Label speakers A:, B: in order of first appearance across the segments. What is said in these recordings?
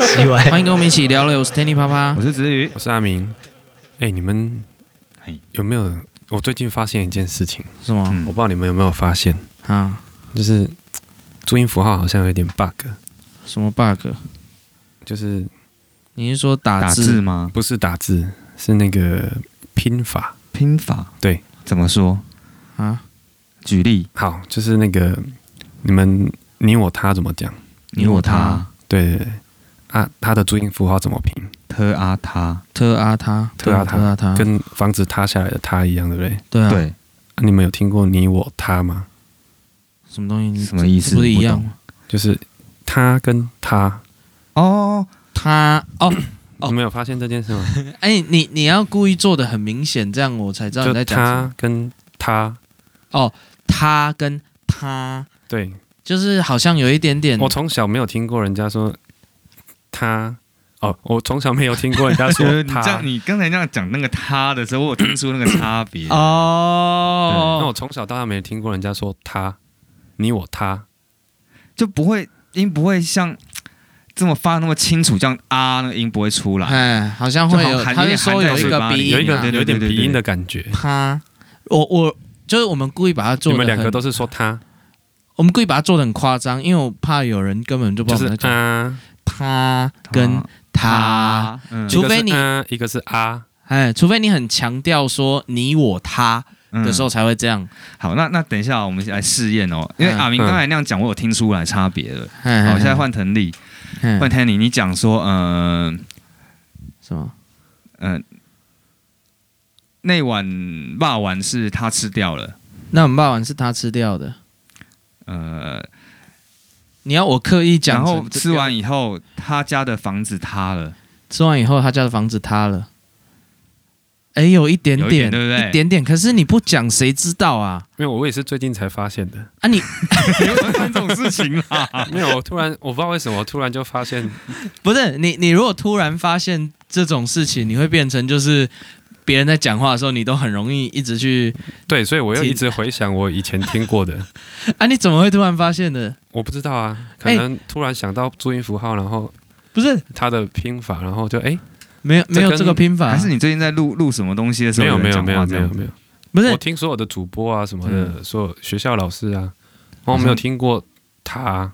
A: 奇
B: 欢
A: 怪，
B: 迎跟我们一起聊聊，我是 Tanny 啪啪
C: 我。是子宇
D: 我，是阿明。哎、你们
C: 嘿
D: 有没有？我最近发现一件事情，
B: 什么？
D: 我不知道你们有没有发现，
B: 嗯啊？
D: 就是注音符号好像有点 bug，
B: 什么 bug？
D: 就是
B: 你是说打
C: 打
B: 字
C: 字吗？
D: 不是打字，是那个拼法。
C: 拼法
D: 对，
C: 怎么说？
B: 啊？
C: 举例，
D: 好，就是那个你们你我他怎么讲？
C: 你我他，
D: 对对对，啊，他的注音符号怎么拼？
C: 特啊他，
B: 特阿他，
D: 特啊他
B: 特阿他，
D: 跟房子塌下来的塌一样，对不对？
B: 对啊，
C: 对，
D: 啊你们有听过你我他吗？
B: 什么东西？
C: 什么意思
B: 这不是一
C: 我不懂
B: 样吗？
D: 就是他跟他，
C: 哦，
B: 他哦，哦
D: 你们有发现这件事吗？
B: 哎，你你要故意做的很明显，这样我才知道你
D: 就
B: 在讲什么。
D: 他跟他，
B: 他跟他，
D: 对
B: 就是好像有一点
C: 嗯
B: 点。
D: 我从小没有听过人家说他， 哦，我从小没有听过人家
C: 就
D: 说
C: 是你这
D: 他
C: 样，。你刚才那样讲那个他的时候，我有听出那个差别
D: 啊那我
B: 哦，
D: 从小到大没听过人家说他，你我他，
C: 就不会音不会像这么发那么清楚，这样啊那个音不会出来。
B: 哎，好像会
C: 就
B: 有，
C: 好含
B: 他是说有一
C: 有点
B: 个
C: 含在
B: 鼻音啊，
D: 有一个
C: 对对
D: 有一点
C: 对对
D: 鼻音
C: 对
D: 的感觉。
B: 他，我我就是我们故意把它做
D: 你
B: 的
D: 们
B: 很，
D: 两个都是说他，
B: 我们故意把它做的很夸张，因为我怕有人根本就不
D: 就
B: 知道
D: 是
B: 我们在讲
D: 啊，
B: 他跟他，，
C: 嗯
B: 除非你
D: 一个是啊，一个是啊，
B: 哎，除非你很强调说你我他
C: 嗯
B: 的时候才会这样，
C: 好，那那等一下我们来试验哦，因为
B: 嗯
C: 阿明
D: 嗯
C: 刚才那样讲，我有听出来差别了。
B: 哎，
C: 嗯好，现在
B: 哎
C: 换腾力，
B: 哎
C: 换 Tanny，你讲说，嗯
B: 什么？
C: 嗯，那碗霸碗是他吃掉了，
B: 那我们霸王是他吃掉的，
C: 呃，
B: 你要我刻意讲
C: 然
B: 成
C: 后
B: 这，
C: 吃完以后，他家的房子塌 了，
B: 吃完以后，他家的房子塌了。哎，有一点
C: 有一点
B: 点，
C: 对不对
B: 一点点。可是你不讲，谁知道啊？
D: 因为我也是最近才发现的。
B: 啊你，
C: 这种事情啊啦，
D: 没有，我突然我不知道为什么，我突然就发现，
B: 不是你，你如果突然发现这种事情，你会变成就是别人在讲话的时候，你都很容易一直去
D: 对，所以我又
B: 听
D: 一直回想我以前听过的，
B: 啊？你怎么会突然发现的？
D: 我不知道啊，
C: 哎
D: 可能突然想到注音符号，然后
B: 不是
D: 它的拼法，然后就哎，
B: 没有
D: 这
B: 没有
D: 跟
B: 这个拼 法，
C: 还是你最近在录录什么东西的时候
D: 没有
C: 人
D: 没有
C: 讲
D: 没
C: 话
D: 有
C: 这
D: 没
C: 样
D: 有没有，
B: 不是
D: 我听所有的主播啊什么
B: 嗯
D: 的，所有学校老师啊，我没有听过他，啊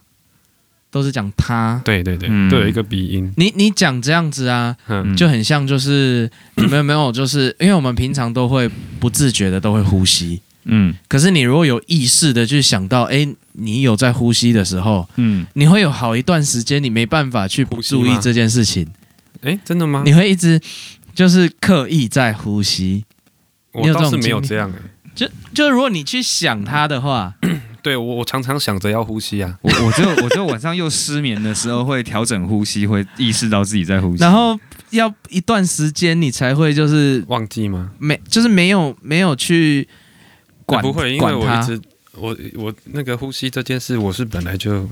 B: 都是讲他？
D: 对对对，
C: 嗯
D: 都有一个鼻音，
B: 你你讲这样子啊，
D: 嗯，
B: 就很像就是、你们有没有就是因为我们平常都会不自觉的都会呼吸，
C: 嗯
B: 可是你如果有意识的去想到，哎，你有在呼吸的时候，
C: 嗯，
B: 你会有好一段时间你没办法去不
D: 呼吸吗
B: 注意这件事情，
D: 哎，真的吗？
B: 你会一直就是刻意在呼吸。你
D: 我
B: 有这
D: 倒
B: 种
D: 是没有
B: 经历
D: 这样，哎
B: 就就如果你去想它的话，
D: 对我我常常想着要呼吸啊，
C: 我我只有我只有晚上又失眠的时候会调整呼吸，会意识到自己在呼吸。
B: 然后要一段时间你才会就是
D: 忘记吗？
B: 没就是没有没有去管
D: 不会，因为
B: 管
D: 我
B: 它
D: 一直我我那个呼吸这件事，我是本来就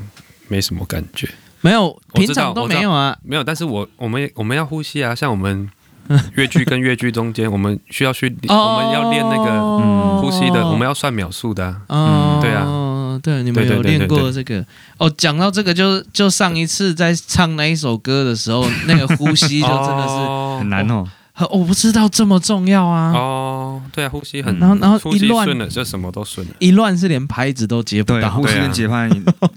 D: 没什么感觉。
B: 没有
D: 我知
B: 平
D: 道
B: 常都
D: 我知道
B: 没有啊，
D: 没有，但是我我们也我们要呼吸啊，像 我们越剧跟越剧中间，我们需要去，
B: 哦
D: 我们要练那个
C: 嗯
D: 呼吸的，我们要算秒数的、啊。
B: 哦、
D: 嗯对
B: 啊，对，你们
D: 对对
B: 有
D: 对
B: 练
D: 对
B: 过这个哦。讲到这个就，就上一次在唱那一首歌的时候，那个呼吸 就真的是，
C: 很
D: 哦
C: 难哦，
B: 很我不知道这么重要啊。嗯
D: 哦，对啊，呼吸很，
B: 然后，然后
D: 呼
B: 一
D: 吸
B: 乱
D: 顺了就什么都顺了。
B: 一乱是连拍子都接不
C: 对，
B: 到
C: 呼，吸
D: 对啊
C: 跟节 拍，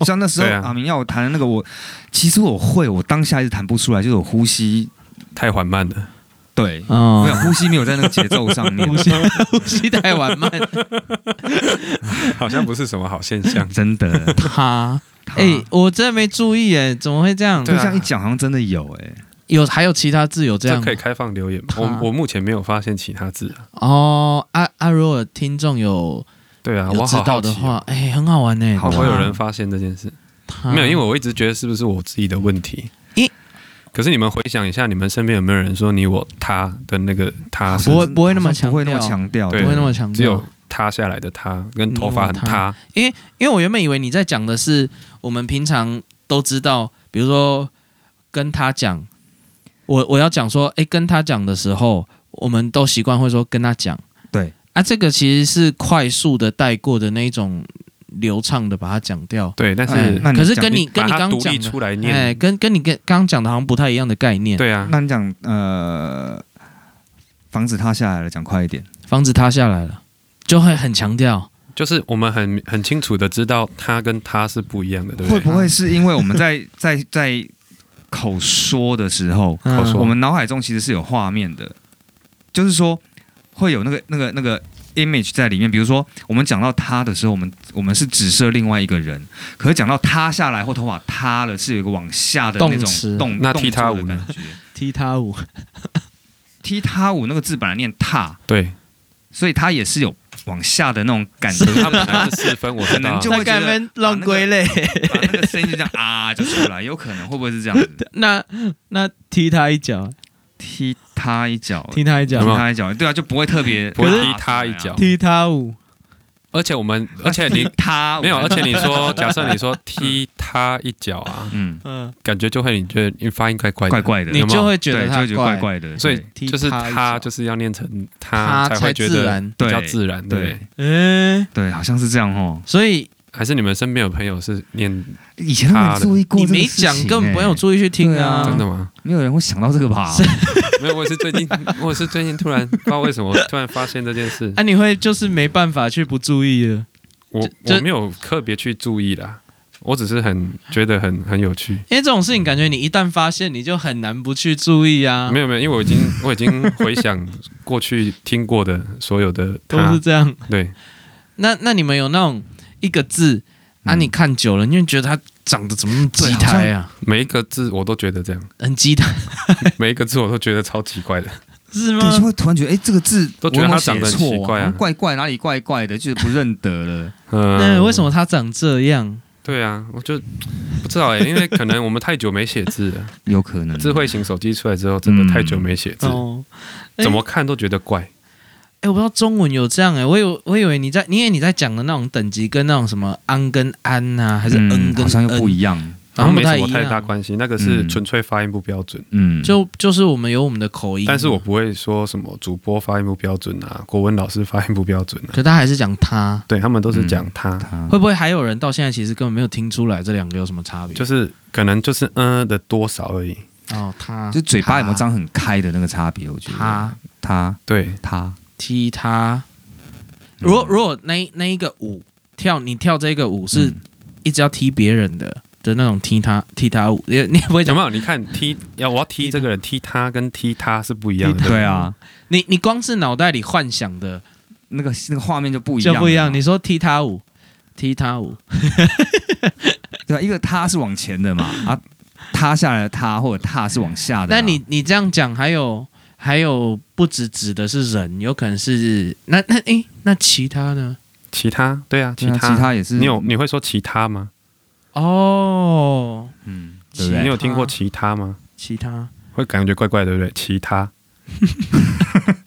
C: 像那时候
D: 对啊
C: 阿明要我弹的那个，我其实我会，我当下一直弹不出来，就是我呼吸，
D: 太缓 慢了，
C: 对，
B: 哦
C: 没有，呼吸没有在那个节奏上 面，。
B: 呼吸太缓慢。
D: 好像不是什么好现象
C: 真 的，
B: 他，
C: 他啊
B: 哎、我真的没注意，哎，怎么会这样？
C: 就
D: 对啊
C: 这样一讲，好像真的有哎，
B: 有还有其他字 有这
D: 这
B: 样
D: 可以开放留言吗？
B: 啊
D: 我我目前没有发现其他字啊。
B: 哦。阿阿如果听众有
D: 对啊，
B: 有
D: 我
B: 知
D: 好
B: 道
D: 好
B: 的
D: 奇
B: 话啊
D: 哦，，
B: 哎，很好玩呢。
C: 好
D: 会
C: 玩
D: 不会有人发现这件事？
B: 他
D: 没有，因为我一直觉得是不是我自己的问题
B: 因。
D: 可是你们回想一下，你们身边有没有人说你我他的那个他啊是
B: 啊不会不会那么
C: 好像不会那么
B: 强
C: 强调，
D: 对
B: 不会那么强
D: 只
B: 调
D: 有塌下来的塌跟头发很
B: 嗯
D: 塌，
B: 因为我原本以为你在讲的是我们平常都知道，比如说跟他讲，我我要讲说，哎，跟他讲的时候，我们都习惯会说跟他讲
C: 对，
B: 啊，这个其实是快速的带过的那一种流畅的把它讲掉。
D: 对，但
C: 哎
D: 是
C: 那你
B: 可是
C: 讲
B: 跟你
D: 把
B: 跟你
D: 它
B: 刚
D: 独
B: 讲
D: 立
B: 的，
D: 出来
B: 哎，
D: 念，
B: 跟跟你跟刚刚讲的好像不太一样的概念。，
D: 对啊，
C: 那你讲呃，房子塌下来了，讲快一点。
B: 房子塌下来了，就会很强调。
D: 就是我们很很清楚的知道他跟他是不一样的，对
C: 会
D: 不
C: 不
D: 对？
C: 会是因为我们 在在在口说的时候，
B: 嗯
D: 口说
C: 我们脑海中其实是有画面的，就是说会有那个那个那个 image 在里面。比如说我们讲到他的时候，我们我们是指涉另外一个人，可是讲到塌下来或头发塌了，是有一个往下的那
B: 动
C: 种
B: 词
C: 动
D: 那
C: 动
D: 踢踏
C: 作的
D: 舞呢
C: 感觉。
B: 踢踏舞，
C: 踢踏舞那个字本来念踏，
D: 对，
C: 所以它也是有往下的那种感觉
D: 可。是他本来是四分，我知
C: 可
D: 道
C: 能，就会觉得啊
B: 那该被乱归类。
C: 把那个声音就这样啊就出来，有可能会不会是这样子？
B: 那那踢他一脚，
C: 踢他一脚，
B: 踢他一脚
D: 有没，有
C: 他一脚，对啊，就不会特别啊
D: 不会
B: 可
D: 踢他一脚，
B: 踢他舞，
D: 而且我们，而且你
C: 他
D: 没有，而且你说，假设你说踢他一脚啊，
C: 嗯，
B: 嗯，
D: 感觉就会你觉得你发音怪怪
C: 怪
D: 的，
C: 怪的，
B: 你
D: 有没有
B: 就会觉
C: 对
B: 得
C: 就
B: 他
C: 会觉得怪怪的，
D: 所以
C: 对
B: 踢
D: 就是
B: 他一
D: 他
B: 脚
D: 就是要念成
B: 他
D: 才会觉
B: 自
D: 得
B: 然。
D: 比较
C: 对
D: 自然，对不对
C: 对。
B: 嗯，
C: 对，好像是这样哦。
B: 所以
D: 还是你们身边有朋友是念
C: 以前都没注意过
B: 你
C: 这个
B: 没
C: 事情
B: 讲
C: 欸，，
B: 根本没有注意去听
C: 对啊
B: 啊
D: 真。的吗？
C: 没有人会想到这个 吧？
D: 没有，我也是最近， 我也是最近突然不知道为什么突然发现这件事，
B: 啊，你会就是没办法去不注意了。
D: 我
B: 这
D: 我没有特别去注意啦，我只是很觉得很很有趣。
B: 因为这种事情，感觉你一旦发现，你就很难不去注意啊。
D: 没有没有，因为我已经我已经回想过去听过的所有的
B: 都是
D: 他，
B: 这样。
D: 对，
B: 那那你们有那种一个字啊，
C: 嗯
B: 你看久了，你就觉得它长得怎么那么
C: 对
B: 鸡
C: 好像
B: 胎啊，
D: 每一个字我都觉得 这样，
B: 很鸡胎
D: 每一个字我都觉得超奇 怪的，
B: 是
C: 对，就
B: 吗？
C: 会突然觉得，哎，这个字
D: 都觉得
C: 我有没有
D: 他长得很
C: 写错
D: 奇怪啊
C: 好像怪怪哪里怪怪的，就是不认得了。
B: 那
D: 嗯，
B: 为什？么它长这样？
D: 对啊，我就不知道哎、因为可能我们太久没写 字了，
C: 有可能
D: 智慧型手机出来之后，真的太久没写字，
B: 哦，哎
D: 怎么看都觉得怪。
B: 哎、我不知道中文有这样哎、我以为我以为你在，因为你在讲的那种等级跟那种什么安跟安呐、啊，还是
C: 嗯
B: 恩跟
C: 好像又不
B: 恩，
C: 一样。
D: 然
B: 然
D: 后
B: 后
D: 没
B: 不
D: 什
B: 太
D: 么
B: 一
D: 太大
B: 样。
D: 关系，那个是
C: 嗯
D: 纯粹发音不标准。
C: 嗯，
B: 就就是我们有我们的口音，
D: 但是我不会说什么主播发音不标准啊，国文老师发音不标准啊，
B: 可他还是讲他，
D: 对他们都是
B: 嗯
D: 讲他，
C: 他
B: 会不会还有人到现在其实根本没有听出来这两个有什么差别？
D: 就是可能就是嗯的多少而已。
B: 哦，他
C: 就嘴巴有没有
B: 他
C: 张很开的那个差别，我觉得
B: 他
C: 他
D: 对，
C: 他，
B: 踢他。
D: 嗯
B: 如果
C: 嗯
B: 如果那一那一个舞跳，你跳这个舞是
C: 嗯
B: 一直要踢别人的的那种踢他踢他舞，你你也不会
D: 有
B: 讲
D: 没有？哎你看踢要我要踢这个人，踢他跟踢他是不一样的。
C: 对啊，
B: 你你光是脑袋里幻想的
C: 那个那个画面就不一
B: 就
C: 样，
B: 不一样。你说踢他舞，踢他舞，
C: 对啊，一个他是往前 的嘛，啊，塌下来的他或者踏是往下的啊、
B: 那你你这样讲，还有还有不只指的是人，有可能是那那诶，那其他呢？
D: 其他对啊，其
C: 对啊
D: 他
C: 其他也是
D: 你有你会说其他吗？
B: 哦，
C: 嗯，对
B: 其
C: 不
B: 他
D: 你
C: 对？
D: 有听过其他吗？
B: 其他
D: 会感觉怪怪的，对不对？其他，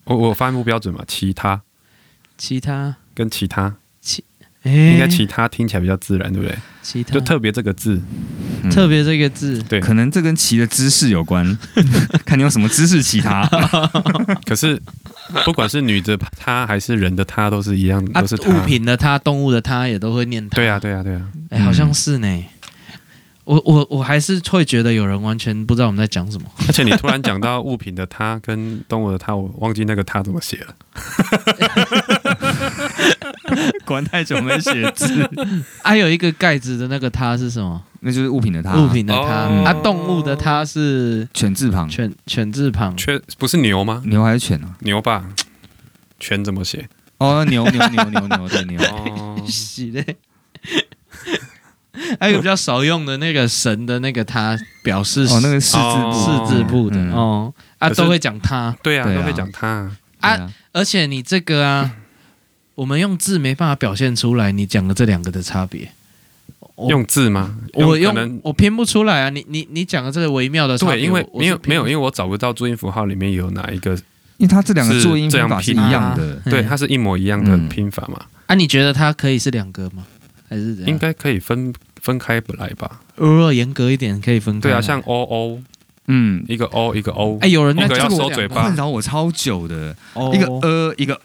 D: 我我发音不标准嘛？其他
B: 其他，
D: 跟其他，
B: 诶，啊
D: 应该其他听起来比较自然，对不对？
B: 其他
D: 就特别这个字，
C: 嗯
B: 特别这个字，
D: 对。
C: 可能这跟骑的姿势有关， 看你用什么姿势骑 它。
D: 可是不管是女的她还是人的她，都是一样，
B: 啊，
D: 都是她
B: 物。品的它，动物的它也都会念它。
D: 对嗯啊，对啊，对啊。
B: 哎、好像是呢。我我我还是会觉得有人完全不知道我们在讲什么。
D: 而且你突然讲到物品的它跟动物的它，我忘记那个它怎么写了。
C: 果然太久没写 字，
B: 还、有一个盖子的那个它是什么？
C: 那就是物品的它，
B: 物品的它、
D: 哦
B: 啊，动物的它是
C: 犬字旁，
B: 犬犬字旁。
D: 缺不是牛吗？
C: 牛还是犬啊？
D: 牛吧，全怎么写？
C: 哦，牛牛牛牛牛对牛，
D: 哦，
B: 洗嘞。 还有比较少用的那个神的那个它，表示
C: 哦那个是字部
B: 四
D: 哦
B: 字部的、
C: 嗯
B: 哦啊，
D: 可是
B: 都会讲它。
D: 对啊，
C: 对啊
D: 都会讲它。
C: 对
B: 啊而且你这个啊，我们用字没办法表现出来你讲的这两个的差别。我
D: 用字吗？
B: 我
D: 可
B: 用
D: 能
B: 我拼不出来啊！你你你讲的这个微妙的差别
D: 对，因为
B: 我
D: 没有没有，因为
B: 为
D: 我找不到注音符号里面有哪一个，
C: 因为它这两个注音
D: 是这
C: 方
D: 样
C: 法是一
D: 拼啊
C: 样的，
D: 对，它是一模一样的
C: 嗯
D: 拼法嘛，
B: 啊，你觉得它可以是两个吗？还是怎样
D: 应该可以分分开不来吧？
B: 如果严格一点可以分开
D: 对
B: 来。
D: 啊，像 o o
C: 嗯，
D: 一个 o 一个 o，
B: 哎，有人在
D: 一个要
B: 讲
D: 收嘴巴
C: 困扰我超久的，
B: 哦
C: 一个呃，一个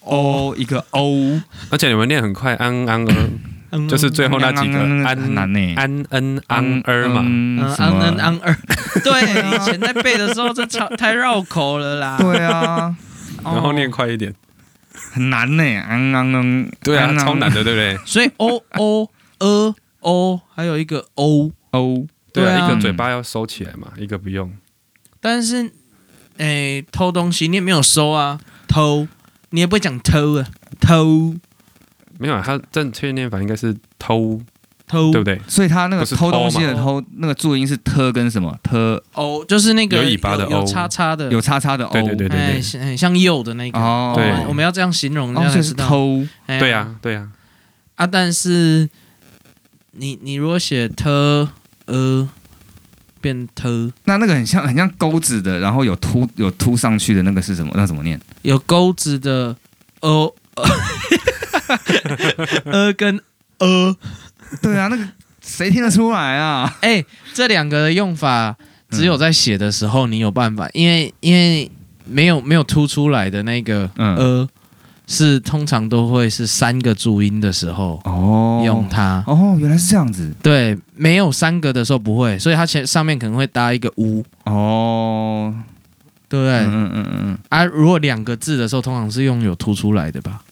C: 哦，一个 o，
D: 而且你们念很快，安安呃，
B: 嗯
D: 就是最后那几个
C: 嗯嗯嗯嗯
D: 安
C: 很难呢
D: 安恩安儿嘛，
B: 嗯
C: 什么
B: 安恩安二，对，以前在背的时候这超太绕口了啦。
C: 对啊，
D: 然后念
B: 哦，
D: 快一点。
C: 很难呢，安安安，
D: 对啊，
C: 安安
D: 超难的，对不对？
B: 所以 o o 呃 o 还有一个 o，
C: 哦，
D: 对
B: 对啊
D: 啊，一个嘴巴要收起来嘛，一个不用。
B: 但是诶偷东西你也没有收啊，偷你也不会讲偷啊，偷
D: 没有啊，它正确念法应该是偷，
B: 偷
D: 对不对？
C: 所以他那个
D: 不是
C: 偷东西
D: 偷嘛哦
C: 的偷，那个注音是特跟什么特
B: 哦，就是那个
D: 有尾巴的
B: 有有
D: O
B: 叉叉的，
C: 有叉叉的哦，
D: 对对对对
B: 哎
D: 对
B: 像哎像右的那个。
C: 哦，
D: 对
B: 我们我们要这样形容，这
C: 哦，
B: 样
C: 所
B: 才
C: 以
B: 知
C: 是
B: 道。
C: 偷
B: 哎呀
D: 对啊，对啊，
B: 啊，但是你你如果写 t 呃变 t
C: 那那个很像很像钩子的，然后有凸有凸上去的那个是什么？那怎么念？
B: 有钩子的 o 呃 跟呃，
C: 对啊，那个谁听得出来啊？
B: 哎、这两个的用法只
C: 嗯
B: 有在写的时候你有办法，因为因为没有没有凸出来的那个
C: 嗯
B: 呃，是通常都会是三个注音的时候
C: 哦
B: 用它。
C: 哦，原来是这样子
B: 对，没有三个的时候不会，所以它前上面可能会搭一个乌，
C: 哦，
B: 对不对？
C: 嗯嗯嗯嗯
B: 啊，如果两个字的时候，通常是用有凸出来的吧？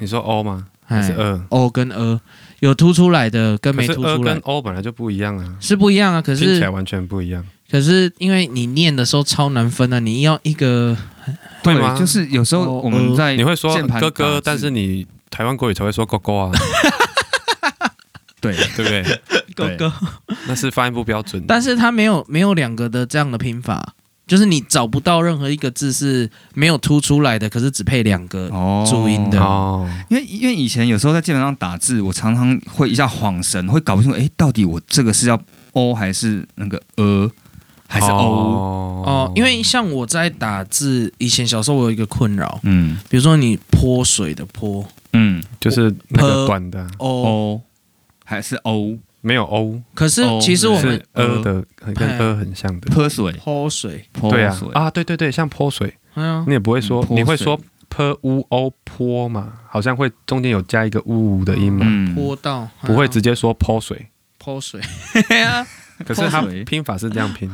D: 你说 O 吗？还
B: 哎
D: 是二？
B: ，o 跟 a 有凸出来的跟
D: 可
B: 没
D: 是
B: 凸
D: 二
B: 出来
D: 跟
B: 是
D: O 本来就不一样啊，
B: 不一样啊。可
D: 听起来
B: 是
D: 完全不一样。
B: 可是因为你念的时候超难分啊，你要一个
C: 嗯，
D: 会吗
C: 对，嗯就是有时候
B: 哦
C: 我们在
D: 你会说
C: 哎键盘
D: 哥哥，
C: 打
D: 但
C: 字
D: 是你台湾国语才会说哥哥啊，
C: 对
D: 对不对？
C: 对
B: 哥，
D: 那是发音不标准的。
B: 但是它没有没有两个的这样的拼法，就是你找不到任何一个字是没有凸出来的，可是只配两个。
C: 哦
B: 注音的
D: 哦，
C: 因为因为以前有时候在键盘上打字，我常常会一下晃神，会搞不清楚，哎，到底我这个是要 o 还是那个呃，还是 o？
B: 哦，因为像我在打字，以前小时候我有一个困扰，
C: 嗯
B: 比如说你泼水的泼
C: 嗯
D: 就是那个短的啊
B: 哦，
C: ，o 还是哦 o
D: 没有 O，
B: 可是
C: 哦
B: 其实我们
D: 是呃的，跟呃很像的。
C: 泼水
B: 泼水，
C: 泼
D: 对啊
C: 水，
D: 啊，对对对，像泼水，
B: 哎呀，
D: 你也不会说
C: 嗯，泼
D: 你会
C: 水
D: 说 p u o 泼嘛，好像会中间有加一个 u 的音嘛，
C: 嗯
B: 泼到
D: 不会
B: 哎呀
D: 直接说泼水，
B: 泼水，哎呀
D: 可是它
C: 泼水
D: 拼法是这样拼，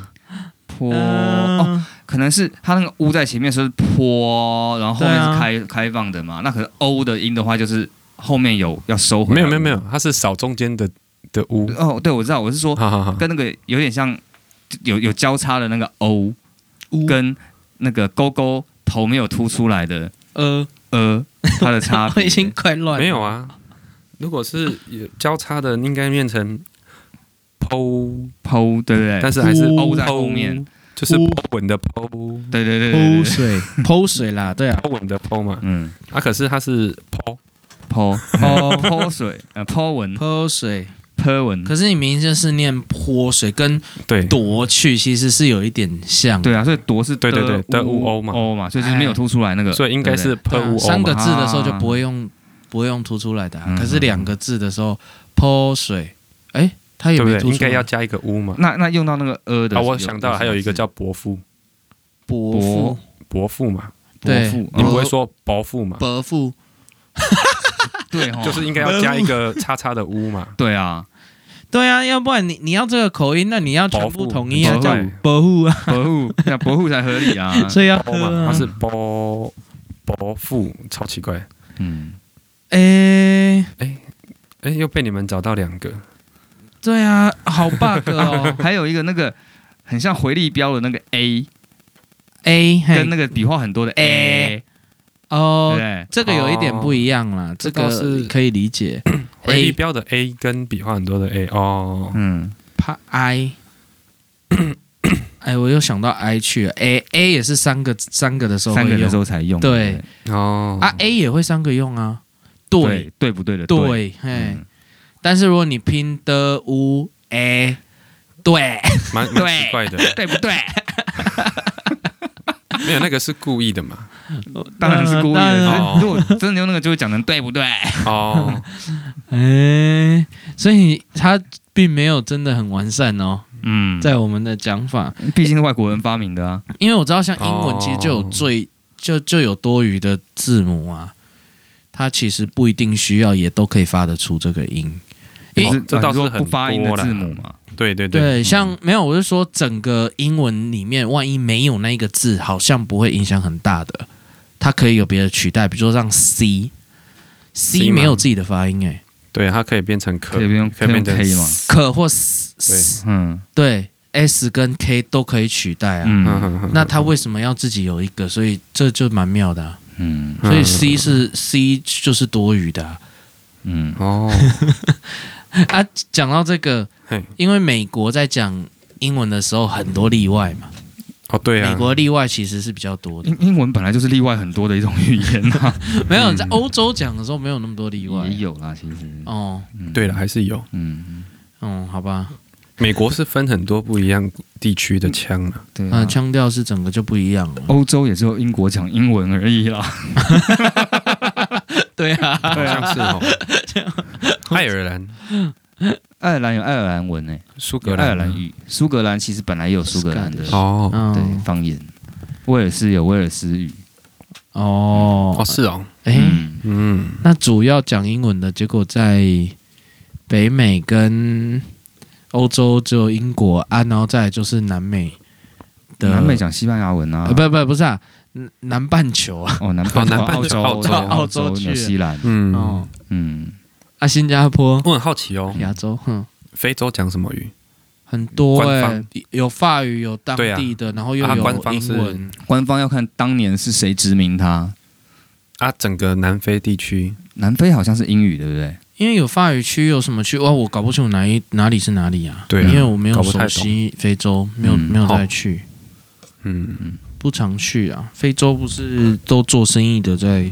C: 泼哦，
B: 嗯
C: 可能是它那个 u 在前面是泼，然后后面
B: 啊
C: 是开、开放的嘛，那可能 o 的音的话就是后面有要收回
D: 没
C: 来，
D: 有没有没有，它是少中间的的 u，
C: 哦，对我知道，我是说
D: 哈哈哈，
C: 跟那个有点像有有交叉的那个 o
B: 乌
C: 跟那个勾勾头没有凸出来的
B: 呃，
C: 呃，它的 差
B: 我
C: 别
B: 已经快乱了
D: 没有啊，如果是有交叉的，应该变成 po，
C: 剖对不对？
D: 但是还是
C: o 在后
D: po，
C: 面，
D: 就是
B: 泼
D: po 稳的 po，
C: 对对对对对
B: 泼
C: 对，
B: 水， 泼水啦，对啊，
D: po 稳的 po 嘛，
C: 嗯，
D: 啊，可是它是 po，
C: 剖
B: 哦
C: 剖剖水呃剖文
B: 泼水。
C: 剖
D: 嗯
C: 文，
B: 可是你明明就是念泼水，跟
D: 对，
B: 夺去其实是有一点像，
C: 对啊，所以夺是
D: 对对对
C: 的
D: 的 oo 嘛
C: ，o 嘛，所以就是没
B: 哎
C: 有凸出来那个，
D: 所以应该是
C: 对
D: p
B: 对
D: u
B: 啊，
D: o
B: 三
D: 嘛
B: 个，
D: 啊
B: 字的时候就不会用不会用凸出来的啊，
C: 嗯
B: 可是两个字的时候泼水，哎，它也
D: 嗯对不
B: 没
D: 对？
B: 凸
D: 应
B: 出
D: 该要
B: 来。
D: 加一个 u 嘛
C: 不对。那那用到那个呃的
D: 啊，我想到了还有一个叫伯父，
B: 伯父
C: 伯，
D: 伯父嘛，
C: 伯
B: 对
C: 父，
D: 你
C: 哦
D: 不会说伯父嘛？
B: 伯父，
C: 对哦，
D: 就是应该要加一个叉叉的 u 嘛。
C: 对啊，
B: 对啊，要不然你你要这个口音，那你要全部统一啊，
C: 伯父
B: 叫伯父啊，
C: 伯父，那伯父才合理啊，
B: 所以要
D: 伯嗯嘛，
B: 喝
D: 它
B: 啊。
D: 是伯伯父，超奇怪。
C: 嗯，
B: 诶、
D: 哎，又被你们找到两个，
B: 对啊，好 bug 哦。
C: 还有一个那个很像回力标的那个 a，
B: A
C: 跟
B: 嘿
C: 那个笔画很多的 a，对哦不
B: 哦，
C: 对？
B: 这个有一点不一样啦，这个
D: 这个
B: 是
D: 是
B: 可以 理解。
D: 回力
B: A
D: 标的 a 跟笔画很多的 a 哦，
C: 嗯，
B: 怕 I，哎，我又想到 I 去了。A A 也是三个三个的时候
C: 三个
B: 会
C: 的
B: 用
C: 时候才用，
B: 哦对
C: 不
D: 哦
B: 啊，A 也会三个用啊。对
C: 对对不对的
B: 对，
C: 对，
B: 嘿、
C: 嗯
B: 但是如果你拼的 u a，对
D: 蛮蛮奇怪的，
B: 对不 对？
D: 没有那个是故意的嘛？
C: 当然是故意的。哦只是
D: 当然
C: 如果真的用那个，就会讲成对不 对？
D: 哦，
B: 哎、所以它并没有真的很完善哦，
C: 嗯，
B: 在我们的讲法，
C: 毕竟是外国人发明的啊。
B: 因为我知道像英文其实就有
D: 哦
B: 最、就就有多余的字母啊，他其实不一定需要，也都可以发得出这个音。诶
D: 哦这倒是
C: 你说啊
D: 很
C: 不发音的
D: 多啦
C: 字母嘛，
D: 对对嗯对，
B: 对，像没有，我是说整个英文里面，万一没有那一个字，好像不会影响很大的，它可以有别的取代，比如说让 C。C
D: 吗
B: 没有自己的发音诶、哎
D: 对，它可以变成可
C: 可以不用
D: 可以变成
C: 可以用 K 吗
B: 可或 S
C: 嗯
B: 对 S 跟 K 都可以取代啊。
D: 嗯
C: 嗯
D: 嗯嗯，
B: 那他为什么要自己有一个？所以这就蛮妙的、啊。
C: 嗯
D: 嗯
B: 所以 C 是 C 就是多余的啊、
C: 嗯，
D: 哦，
B: 啊，讲到这个
D: 嘿，
B: 因为美国在讲英文的时候很多例外嘛，
D: 哦对啊，
B: 美国例外其实是比较多的。
C: 英英文本来就是例外很多的一种语言 啊，
B: 没有在欧洲讲的时候没有那么多例外
C: 也。有啦，其实，
B: 哦，
C: 嗯
D: 对了，还是有。
C: 嗯，
B: 嗯，好吧，
D: 美国是分很多不一样地区的枪啊，
C: 对啊
B: 那，腔调是整个就不一样了。
C: 欧洲也只有英国讲英文而已啦，
B: 对啊，
D: 好像是哦。爱尔兰、
C: 爱尔兰有爱尔兰文诶，
D: 苏
C: 有
D: 格兰、
C: 爱尔兰语，苏格兰其实本来也有苏格兰的
B: Scottish
D: 哦
C: 对
B: 嗯，
C: 方言，威尔士有威尔士语，
D: 哦
B: 哦，
D: 是哦，
B: 哎，
C: 嗯
D: 嗯，
B: 那主要讲英文的，结果在北美跟欧洲只有英国啊，然后再来就是南美的
C: 南美讲西班牙文啊
B: 啊，，不不不是啊，嗯南半球啊，
C: 哦，南
D: 哦
C: 半
D: 南
C: 球
D: 半
C: 澳
D: 球
C: 洲、
D: 澳洲
C: 澳
B: 澳
C: 洲、
B: 洲去
C: 纽西兰，
D: 嗯
B: 哦
C: 嗯，
B: 啊，新加坡、
D: 我很好奇哦，
B: 亚洲，哼，
D: 非洲讲什么语？
B: 很多
D: 官
B: 哎、
D: 方
B: 有法语，有当
D: 对啊
B: 地的，然后又
D: 啊
B: 有
D: 官方
B: 英
D: 是
B: 文，
C: 官方要看当年是谁殖民它，
D: 啊，整个南非地区
C: 南非好像是英语，对不对？
B: 因为有法语区，有什么区哇，我搞不清楚哪一哪里是哪里啊，
D: 对啊
B: 因为我没有
D: 搞不太
B: 熟
D: 懂
B: 悉非洲，没有、
C: 嗯
B: 没有
D: 好
B: 再去。
D: 嗯，
B: 不常去啊，非洲不是都做生意的在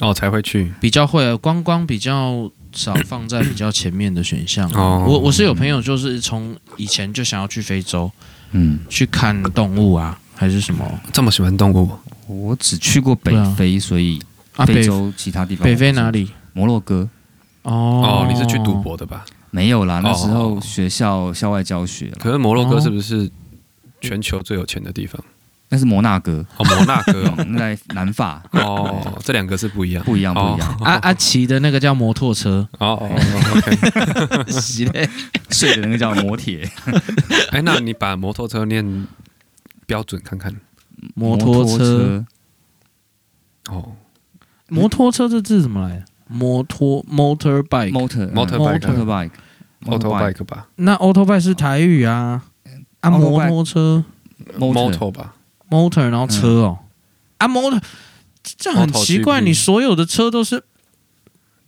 D: 哦，才会去
B: 比较会啊观光比较少放在比较前面的选项啊。
D: 哦
B: 我我是有朋友就是从以前就想要去非洲
C: 嗯，
B: 去看动物啊，还是什么
D: 这么喜欢动物，
C: 我只去过北非，所以
B: 啊？
C: 非
B: 北
C: 洲其他地方，
B: 北非哪？里？
C: 摩洛哥
B: 哦
D: 哦，你是去赌？博的吧？
C: 没有啦，那
D: 哦
C: 时候学校校外教学啦，
D: 可是摩洛哥是不是全球最有钱的地方？
C: 那是摩纳哥，
D: 哦，摩纳哥哦
C: 嗯那在南法
D: 哦，这两个是不一样。
C: 不一样，不一 样，
B: 阿阿奇啊的那个叫摩托车，
D: 哦哦哦，OK。
B: 洗嘞
C: 睡的那个叫摩铁，
D: 哎，那你把摩托车念标准看看。
B: 摩托车，
D: 哦
B: 摩托车这字怎么来的？摩托 motorbike，
D: 哎
C: ，motor
D: Motorbike
C: motorbike
D: ，autobike 吧
B: 那 autobike 是台语啊，啊
C: Autobike
B: 摩托车。
C: motor
D: ，motor 吧，
B: motor，然后车哦，啊 motor，这样很
D: Motor
B: 奇怪，
D: GP
B: 你所有的车都是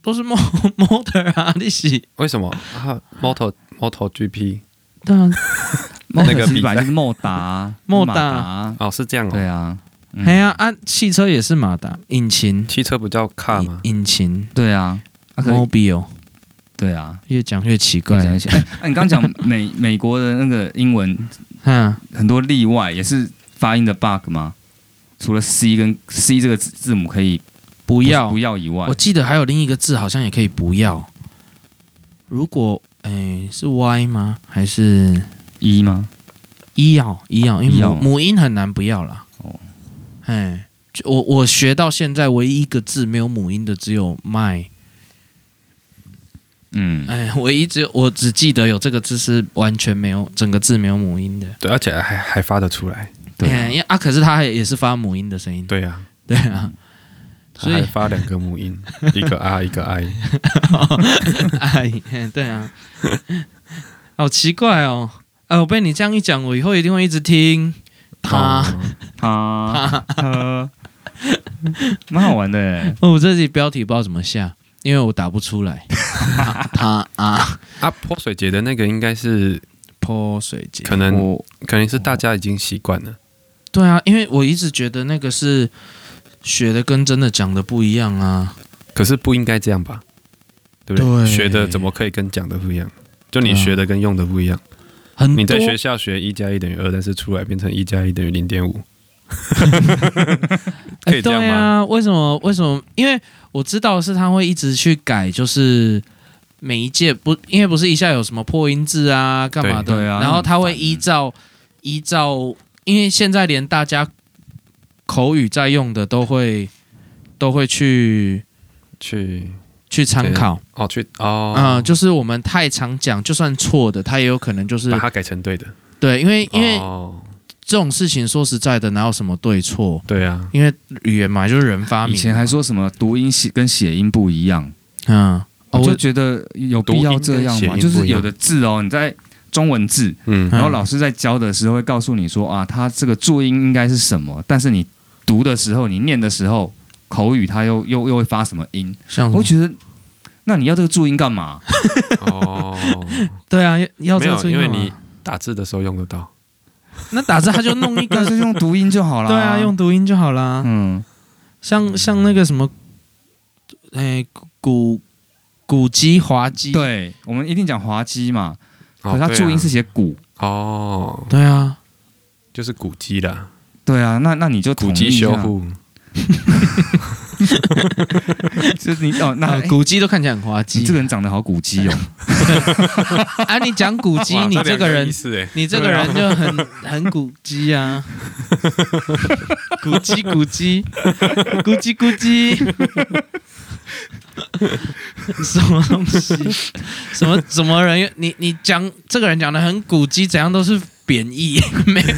B: 都是 mo- motor 啊，你洗
D: 为什么啊？motor motor GP
B: 对啊，
D: 那个
C: motor
D: 比
C: 本
D: 赛
C: 来就是莫达
B: 莫
C: 马
B: 达
C: 达，
D: 哦，是这样哦。
C: 对啊，嗯
B: 哎呀啊，汽车也是马达，引擎，
D: 汽车不叫 car 吗？
B: 引擎
C: 对啊，啊可以
B: ，mobile，
C: 对啊，
B: 越讲越奇
C: 讲
B: 怪
C: 一，下。哎、啊你刚刚讲美美国的那个英文
B: 嗯，
C: 很多例外，也是发音的 bug 吗？除了 C 跟 C 这个字字母可以
B: 不
C: 不
B: 要
C: 不，要以外
B: 我，记得还有另一个字好像也可以不要，如果哎是 y 吗？还是
C: 一 E 吗？
B: 医药医药，因为
C: 要
B: 母母音很难不要啦。
C: 哦
B: 哦，哎，就我我学到现在唯一一个字没有母音的只有麦。
C: 嗯，
B: 哎，唯一只有我只记得有这个字是完全没有整个字没有母音的。
D: 对，而且还还发得出来。
C: 对
B: 哎
C: 啊、
B: 因为啊，可是它也是发母音的声音。
D: 对啊，
B: 对啊，
D: 它
B: 所以
D: 还发两个母音，一个 R 一个 I。
B: 哎，嘿对啊， 好奇怪哦。哎，我被你这样一讲，我以后一定会一直听啊他。
D: 啊
C: 它 它蛮好玩的欸。
B: 哦，我这集标题不知道怎么下，因为我打不出来。他啊，
D: 啊，泼水节的那个应该是
B: 泼水节。
D: 可能
C: 我
D: 可能是大家已经习惯了。
B: 对啊，因为我一直觉得那个是学的跟真的讲的不一样啊。
D: 可是不应该这样吧？对不对？
B: 对
D: 学的怎么可以跟讲的不一样？就你
B: 对啊
D: 学的跟用的不一样。
B: 很多
D: 你在学校学一加一等于二，但是出来变成一加一等于零点五。
B: 哎
D: 可以这样
B: 对
D: 吗
B: 啊，为什么？为什么？因为我知道是他会一直去改，就是每一届不，因为不是一下有什么破音字啊，干嘛的，
C: 对对啊
B: 然后他会依照依照，因为现在连大家口语在用的都会都会去
D: 去
B: 去参考。
D: 哦去哦，
B: 嗯、就是我们太常讲，就算错的，它也有可能就是
D: 把它改成对的，
B: 对，因为因为
D: 哦
B: 这种事情说实在的，哪有什么对错？
D: 对啊，
B: 因为语言嘛，就是人发
C: 以
B: 明的。
C: 前还说什么读音写跟写音不一样，
B: 嗯，
C: 我
B: 哦
C: 就
B: 我
C: 觉得有必要这样
D: 读
C: 吗？
D: 音跟写音不一样
C: 就是有的字哦，你在中文字，
D: 嗯
B: 嗯
C: 然后老师在教的时候会告诉你说啊，它这个注音应该是什么，但是你读的时候，你念的时候，口语它又又又会发什么音？
D: 嗯
B: 像什
C: 我
B: 么
C: 会觉得，那你要这个注音干 嘛？
D: 哦，
B: 对啊，要要
D: 没
B: 这个
D: 有，
B: 注意
D: 因为
B: 嘛
D: 你打字的时候用得到，
B: 那打字他就弄一
C: 那
D: 啊
B: 个，
C: 就用读音就好啦。
B: 对啊，用读音就好啦。
C: 嗯，
B: 像像那个什么，哎、古古鸡滑鸡，
C: 对，我们一定讲滑稽嘛，可
D: 哦
C: 是它
D: 对啊
C: 注音是写鼓。
D: 哦，
B: 对啊，
D: 就是古籍啦，
C: 对啊，那那你就
D: 古籍
C: 籍
D: 修，护，
C: 就是你哦，那、
B: 呃
C: 哎
B: 古鸡都看起来很滑稽。
C: 你 这个人长得好古鸡哦，
B: 啊，你讲古鸡，
D: 哇
B: 你这个
D: 两意
B: 人，
D: 思哎，
B: 你这个人就很很古鸡啊，古鸡古鸡，古鸡古鸡，什么东西？什么什么人？你你讲这个人讲的很古鸡，怎样都是贬义，没有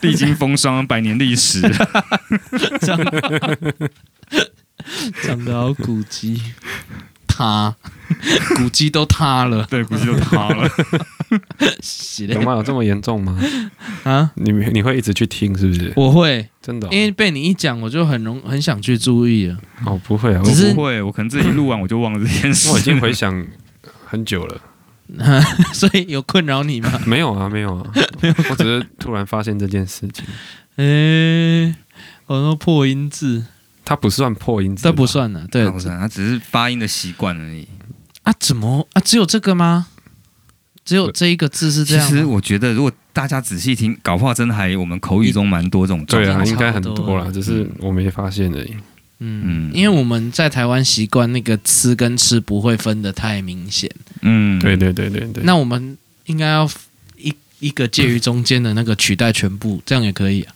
C: 历经风霜，百年历史。
B: 讲得讲的好古鸡，塌，古鸡都塌了，
C: 对，估计就塌了。
B: 洗
D: 有
B: 嘞
D: 吗？有这么严重吗？
B: 啊！
D: 你你会一直去听是不是？
B: 我会，
D: 真的哦
B: 因为被你一讲，我就很容很想去注意了。
D: 哦，不会啊，
B: 只是
D: 我
C: 不会，我可能自己录完我就忘了这件事。
D: 我已经回想很久了。
B: 所以有困扰你吗？
D: 没有啊，没有 啊，我只是突然发现这件事情，
B: 诶、我说哎哦破音字，
D: 它不算破音字吧，
B: 这不算了。对
C: 唐山，他只是啊发音的习惯而已。
B: 啊，怎么啊？只有这个吗？只有这一个字是这
C: 其
B: 样吗？
C: 实我觉得，如果大家仔细听，搞不好真的还我们口语中蛮多这种状
D: 对
C: 况。
D: 啊，
B: 差不多
D: 应该很多啦，只是我没发现而已。
B: 嗯，
C: 嗯
B: 因为我们在台湾习惯那个吃跟吃不会分得太明显。
C: 嗯，
D: 对对对对对，
B: 那我们应该要一一个介于中间的那个取代全部，这样也可以啊。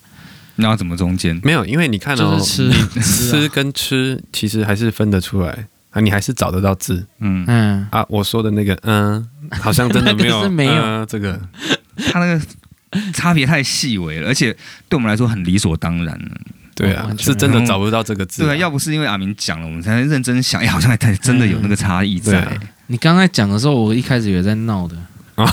C: 那要怎么中间？
D: 没有，因为你看
B: 就
D: 哦
B: 是，吃啊
D: 你吃跟吃其实还是分得出来啊，你还是找得到字
C: 嗯，
B: 嗯，
D: 啊。我说的那个嗯，好像 真的没
B: 那
D: 有，
B: 个是没有
D: 呃这个
C: 他那个差别太细微了，而且对我们来说很理所当然了。
D: 对
B: 哦完
D: 啊，
B: 全
D: 是真的找不到这个字啊。
C: 对啊，要不是因为阿明讲了，我们才认真想，哎，好像还真真的有那个差异
D: 对
C: 在。
D: 啊
B: 你刚才讲的时候，我一开始以为在闹的
D: 啊，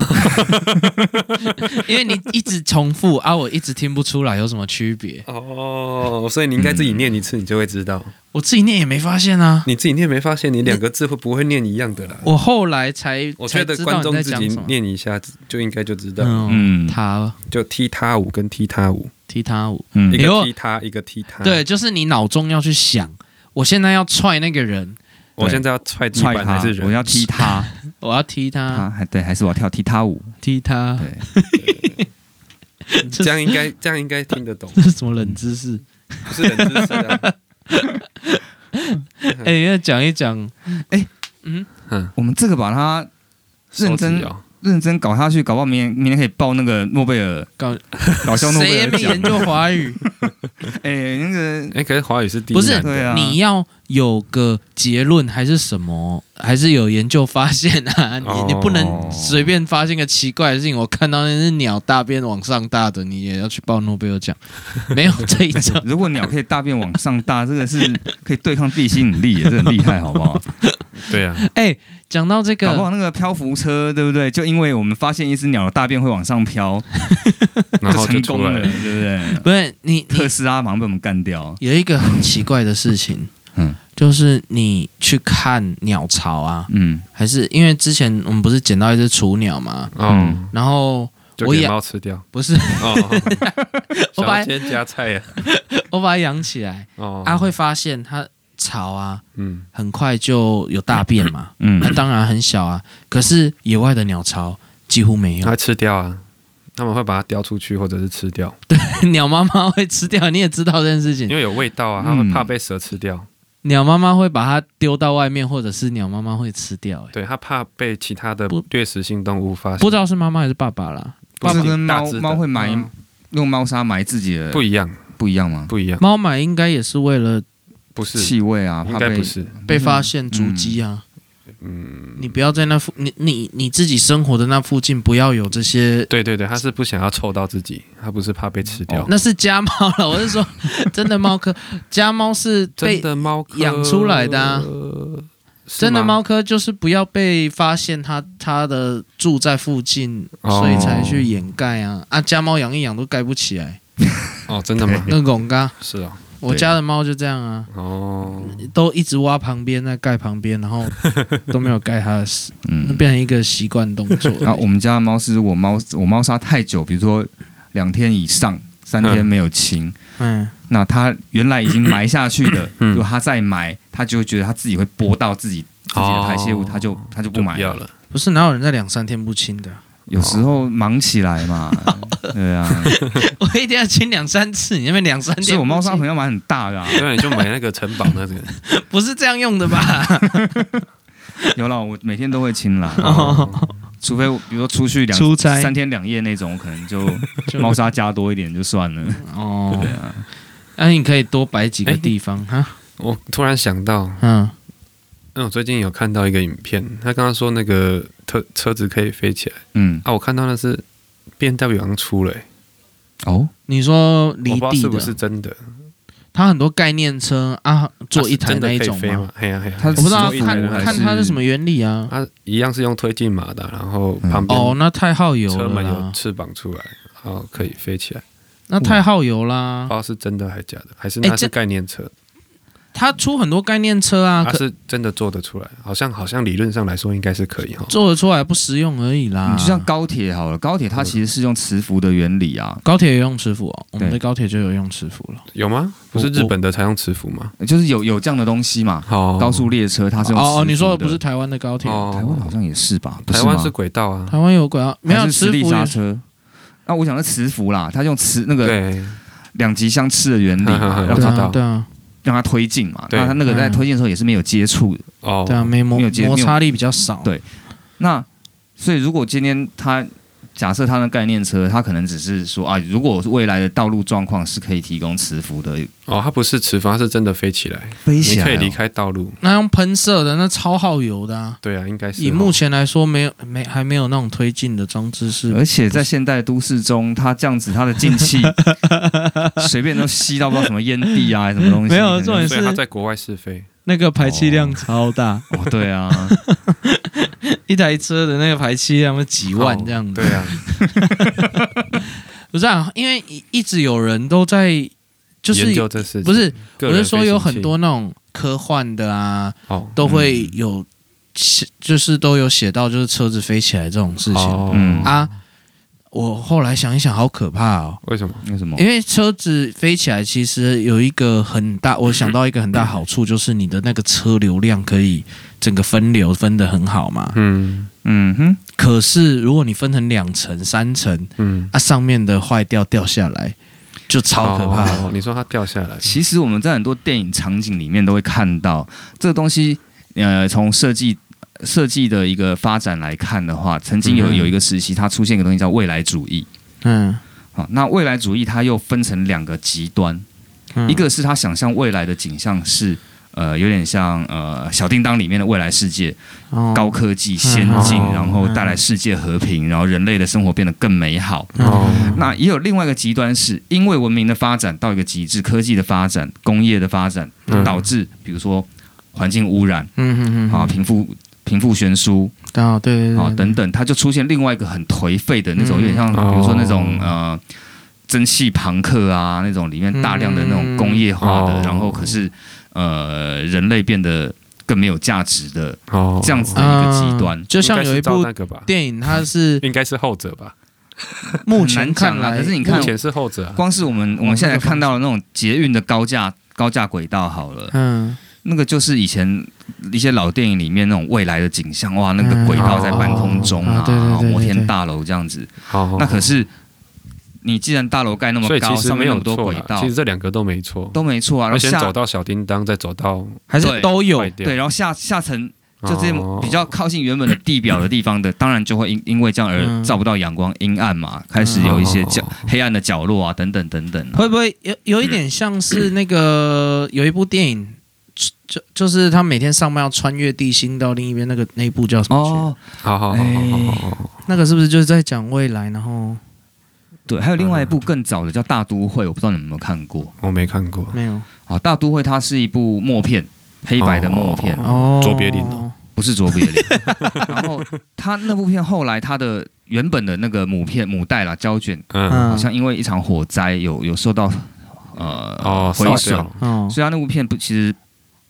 B: 因为你一直重复啊，我一直听不出来有什么区别。
D: 哦，所以你应该自己
B: 嗯
D: 念一次，你就会知道。
B: 我自己念也没发现啊，
D: 你自己念没发现，你两个字会不会念一样的啦？
B: 我后来才嗯
D: 我
B: 才
D: 觉得
B: 知道
D: 观
B: 你
D: 众
B: 在
D: 自
B: 讲
D: 己
B: 什么。
D: 念一下就应该就知道，
B: 嗯，
C: 嗯
B: 他
D: 就踢踏舞跟踢踏舞，
B: 踢他舞，
C: 嗯
D: 一
B: 哎呦
D: 个踢踏，一个踢踏。
B: 对，，就是你脑中要去想，我现在要踹那个人，
D: 我现在要踹地
C: 踹
D: 板
C: 他
D: 还是，
C: 我
D: 人？
C: 要踢 他，
B: 我要踢
D: 啊
B: 他，
C: 他还对，还是我要跳踢他舞？
B: 踢他，
C: 对，
D: 这样应该这样应该听 得懂，
B: 这是什么冷知识？
D: 不是冷知识啊。嗯
B: 哎、要讲一讲，
C: 我们这个把它 认真
D: 手指哦
C: 认真搞下去，搞不好明年明年可以报那个诺贝尔
B: 搞
C: 搞笑诺
B: 谁
C: 贝
B: 也
C: 尔
B: 没
C: 奖
B: 研。究华语，
C: 哎、那个
D: 哎，可是华语是第一
B: 不是
D: 难
C: 对
D: 的，
C: 啊，
B: 你要有个结论还是什么，还是有研究发现啊？ 你
D: 哦
B: 你不能随便发现个奇怪的事情。我看到那只鸟大便往上大的，你也要去报诺贝尔
C: ，
B: 奖？没有这一种
C: 如果鸟可以大便往上大，这个是可以对抗地吸引力耶，这很厉害，好不 好？
D: 对啊，
B: 哎、讲到这
C: 搞不好
B: 个，
C: 那个漂浮车，对不对？就因为我们发现一只鸟的大便会往上飘，
D: 然后就
C: 成
D: 出
C: 功
D: 来
C: 了，
D: 了
C: 对。不对？
B: 不是你你
C: 特斯拉马上被我们干掉。
B: 有一个很奇怪的事情，
C: 嗯
B: 就是你去看鸟巢啊，
C: 嗯，
B: 还是因为之前我们不是捡到一只雏鸟嘛，
C: 嗯
D: 哦，
B: 然后
D: 就
B: 我
D: 给
B: 也
D: 猫吃掉。
B: 不是
D: 哦，
B: 我把
D: 小煎加菜呀。
B: 我把它养起来，
D: 哦，
B: 啊，会发现它巢啊。
D: 嗯，
B: 很快就有大便嘛，
C: 嗯
B: 那当然很小啊。可是野外的鸟巢几乎没有，
D: 它会吃掉啊，他们会把它叼出去或者是吃掉，
B: 鸟妈妈会吃掉，你也知道这件事
D: 因
B: 情。
D: 为有味道
B: 嗯
D: 啊，它会怕被蛇吃掉。
B: 鸟妈妈会把它丢到外面，或者是鸟妈妈会吃掉、欸，
D: 对，它怕被其他的
B: 不
D: 掠食性动物发现。
B: 不知道是妈妈还是爸爸啦。
C: 不是
D: 不
C: 跟
D: 大
C: 猫
D: 只的
C: 猫会埋、
B: 嗯
C: 用猫砂埋自己的
B: 呃
D: 不一样，
C: 不一样吗？
D: 不一样。
B: 猫买应该也是为了
D: 不是，
C: 气味啊，
D: 应
C: 怕
D: 该
C: 被
D: 不是，
B: 被发现足迹啊。
D: 嗯，
B: 你不要在那附你你你自己生活的那附近不要有这些，
D: 对对对，他是不想要臭到自己，他不是怕被吃掉。
B: 那是家猫了。我是说，真的猫科家猫是
D: 真
B: 被
D: 的猫科
B: 养出来的啊
D: 是
B: 真的
D: 吗
B: 猫科就是不要被发现它它的住在附近，
D: 哦
B: 所以才去掩盖啊啊！家猫养一养都盖不起来，
D: 哦，真 的吗？
B: 那拱嘎，
D: 是啊，
B: 我家的猫就这样啊，
D: 哦，
B: 都一直挖旁边在盖旁边，然 后都没有盖它的屎，那
C: 嗯。
B: 变成一个习惯动 作。
C: 然后啊我们家的猫是我猫我猫砂太久，比如说两天以上，三天没有清，
B: 嗯，
C: 那它原来已经埋下去的，
D: 嗯
C: 如果它再埋，它就会觉得它自己会拨到自己自己的排泄物，
D: 哦
C: 它就它就不
D: 就
C: 埋
D: 不要。了。
B: 不是哪有人在两三天不清的？
C: 有时候忙起来嘛， 对啊，
B: 我一天要清两三次，你那边两三
C: 所以
B: 天，
C: 我猫砂盆要买很大 的啊。
D: 对，你就买那个城堡那个，
B: 不是这样用 的吧？
C: 有了，我每天都会清啦，
D: 哦
C: 除非我比如说出去两
B: 出差
C: 三天两夜那种，我可能 就
B: 就
C: 猫砂加多一点就算了。
B: 哦，对啊，那你可以多摆几个
D: 哎
B: 地方哈，
D: 我突然想到，
B: 嗯，
D: 那我最近有看到一个影片，他刚刚说那个车车子可以飞起来
C: 嗯，
D: 啊，我看到那是 B N W 刚出了、欸，
C: 哦，
B: 你说
D: 我
B: 离
D: 不知道
B: 地
D: 是
B: 的
D: 不是真的，
B: 它很多概念车啊，做一
D: 啊
B: 台
D: 是真的
B: 那
D: 可
B: 一
D: 以
B: 种
D: 飞
B: 吗？
D: 吗？嘿呀嘿呀，
C: 它
B: 我不知道啊
C: 是，
B: 看
C: 做一台还
B: 看
C: 是
B: 它是什么原理啊？
D: 它一样是用推进马达，然后旁边
B: 哦，那太耗油
D: 车
B: 了
D: 门有
B: 啦，嗯
D: 翅膀出来，然后可以飞起来，
B: 那太耗油
D: 不
B: 啦
D: 知。道是真的还是假的，还是
B: 哎
D: 那是
B: 这
D: 概念车，
B: 它出很多概念车啊，
D: 它
B: 可
D: 是真的做得出来，好像好像理论上来说应该是可以哈。
B: 做得出来不实用而已啦。
C: 你嗯就像高铁好了，高铁它其实是用磁浮的原理啊，
B: 高铁有用磁浮哦，我们
C: 对
B: 的高铁就有用磁浮了。
D: 有吗？不是日本的才用磁浮吗？
C: 就是有有这样的东西嘛。
D: 好，
C: 高速列车它是用磁浮
B: 哦
C: 的
B: 哦，你说的不是台湾的高铁，
D: 哦，
C: 台湾好像也是吧？不
D: 台
C: 吗
D: 湾是轨道啊，
B: 台湾有轨道没有
C: 还是
B: 磁
C: 磁力
B: 浮
C: 刹
B: 也？
C: 车。那我想是磁浮啦，它用磁那个
D: 对，
C: 两极相斥的原理
D: 哈 哈
C: 嘛，
D: 哈
C: 让
B: 对
C: 它
D: 我知
B: 啊
D: 道
B: 对啊
C: 让它推进嘛。
D: 对
C: 那它那个在推进的时候也是没有接触的。
D: 哦，
B: 对啊，没摩
C: 没有接
B: 摩擦力比较少。
C: 对那所以如果今天它假设它的概念车，它可能只是说啊，如果未来的道路状况是可以提供磁浮的
D: 哦，它不是磁浮，它是真的飞起来，
C: 飞
D: 你
C: 起来
D: 可以
C: 哦，
D: 离开道路。
B: 那用喷射的那超耗油的啊。
D: 对啊，应该是
B: 以
D: 哦
B: 目前来说，没有没还没有那种推进的装置是
C: 而且在现代都市中，它这样子，它的进 气随便都吸到不知道什么烟蒂啊，什么东西。
B: 没有
C: 可能
B: 重点
D: 所以
B: 是
D: 它在国外试飞，
B: 那个排气量超大，
C: 哦，对啊，
B: 一台车的那个排气量几万这样
D: 哦
B: 子。
D: 对啊，
B: 不是啊，因为一一直有人都在，就是
D: 研究这事情，
B: 不是，
D: 个
B: 我
D: 人
B: 是
D: 飞行
B: 说
D: 器，
B: 有很多那种科幻的啊，
D: 哦
B: 都会有写，就是都有写到就是车子飞起来这种事情、
D: 哦，
C: 嗯
B: 啊。我后来想一想，好可怕哦。
D: 为什么？
C: 那什么
B: 因为车子飞起来，其实有一个很大，我想到一个很大好处，就是你的那个车流量可以整个分流分得很好嘛。
D: 嗯
C: 嗯哼，
B: 可是如果你分成两层、三层，
D: 嗯，
B: 啊，上面的坏掉掉下来，就超可怕
D: 哦
B: 了。
D: 你说它掉下来，
C: 其实我们在很多电影场景里面都会看到这个东西。呃，从设计设计的一个发展来看的话，曾经有
B: 嗯
C: 有一个时期，它出现一个东西叫未来主义。
B: 嗯，
C: 啊，那未来主义它又分成两个极端，
B: 嗯
C: 一个是他想象未来的景象是。呃，有点像呃《小叮当》里面的未来世界，
B: 哦
C: 高科技先进，
D: 哦
C: 然后带来世界和平，然后人类的生活变得更美好。
D: 哦
B: 嗯
C: 那也有另外一个极端是，因为文明的发展到一个极致，科技的发展、工业的发展，
D: 嗯
C: 导致比如说环境污染
B: 嗯嗯嗯，
C: 啊、贫富贫富悬殊
B: 啊，对对对
C: 啊、
B: 对
C: 等等，它就出现另外一个很颓废的那种，
B: 嗯
C: 有点像
D: 嗯哦
C: 比如说那种呃蒸汽朋克啊那种里面大量的那种工业化的，
D: 嗯哦
C: 然后可是呃人类变得更没有价值的
D: 哦，
C: 这样子的
D: 应
C: 一个极端。
B: 嗯就像
D: 该是
B: 有一
D: 照
B: 部
D: 那个吧，
B: 电影，它是
D: 应该是后者吧，
B: 目前看
C: 很难讲啊
B: 来，
C: 可是你看
D: 目前是后者啊，
C: 光是我们我们现在看到的那种捷运的高架高架轨道好了，
B: 嗯，
C: 那个就是以前一些老电影里面那种未来的景象，哇，那个轨道在半空中
B: 嗯
C: 啊
B: 哦，对对对
C: 然后摩
B: 对对哦
C: 天大楼这样子。
D: 好，
C: 那可是你既然大楼盖那么
D: 所以
C: 高，
D: 其实
C: 上
D: 没
C: 面那
D: 有
C: 么多
D: 错
C: 轨
D: 啦，
C: 道
D: 其，实这两个都没错，
C: 都没错啊。然
D: 我
C: 后
D: 先
C: 下
D: 走到小叮当，再走到
B: 还是
C: 对
B: 都有
D: 坏掉
C: 对，然后下下层就这些
D: 哦
C: 比较靠近原本的地表的地方的，当然就会因因为这样
B: 嗯
C: 而照不到阳光，阴暗嘛，开始有一些角
D: 哦
C: 黑暗的角落啊，等等等等啊。
B: 会不会有有一点像是那个有一部电影，就就是他每天上班要穿越地心到另一边，那个那一部叫什么剧？
C: 哦，
D: 好好好好好好好，
B: 那个是不是就是在讲未来？然后
C: 对，还有另外
B: 嗯
C: 一部更早的叫《大都会》，我不知道你们有没有看过
D: 我没看过，
B: 没有
C: 啊，《大都会》它是一部默片，黑白的默片，
B: 哦，
D: 卓别林哦
C: 不是卓别林。 然后他那部片后来他的原本的那个母片母带啦胶卷，
D: 嗯，
C: 好像因为一场火灾有有受到呃
D: 哦，
C: 回
D: 烧
C: 响
D: 掉，
B: 哦，
C: 所以他那部片不其实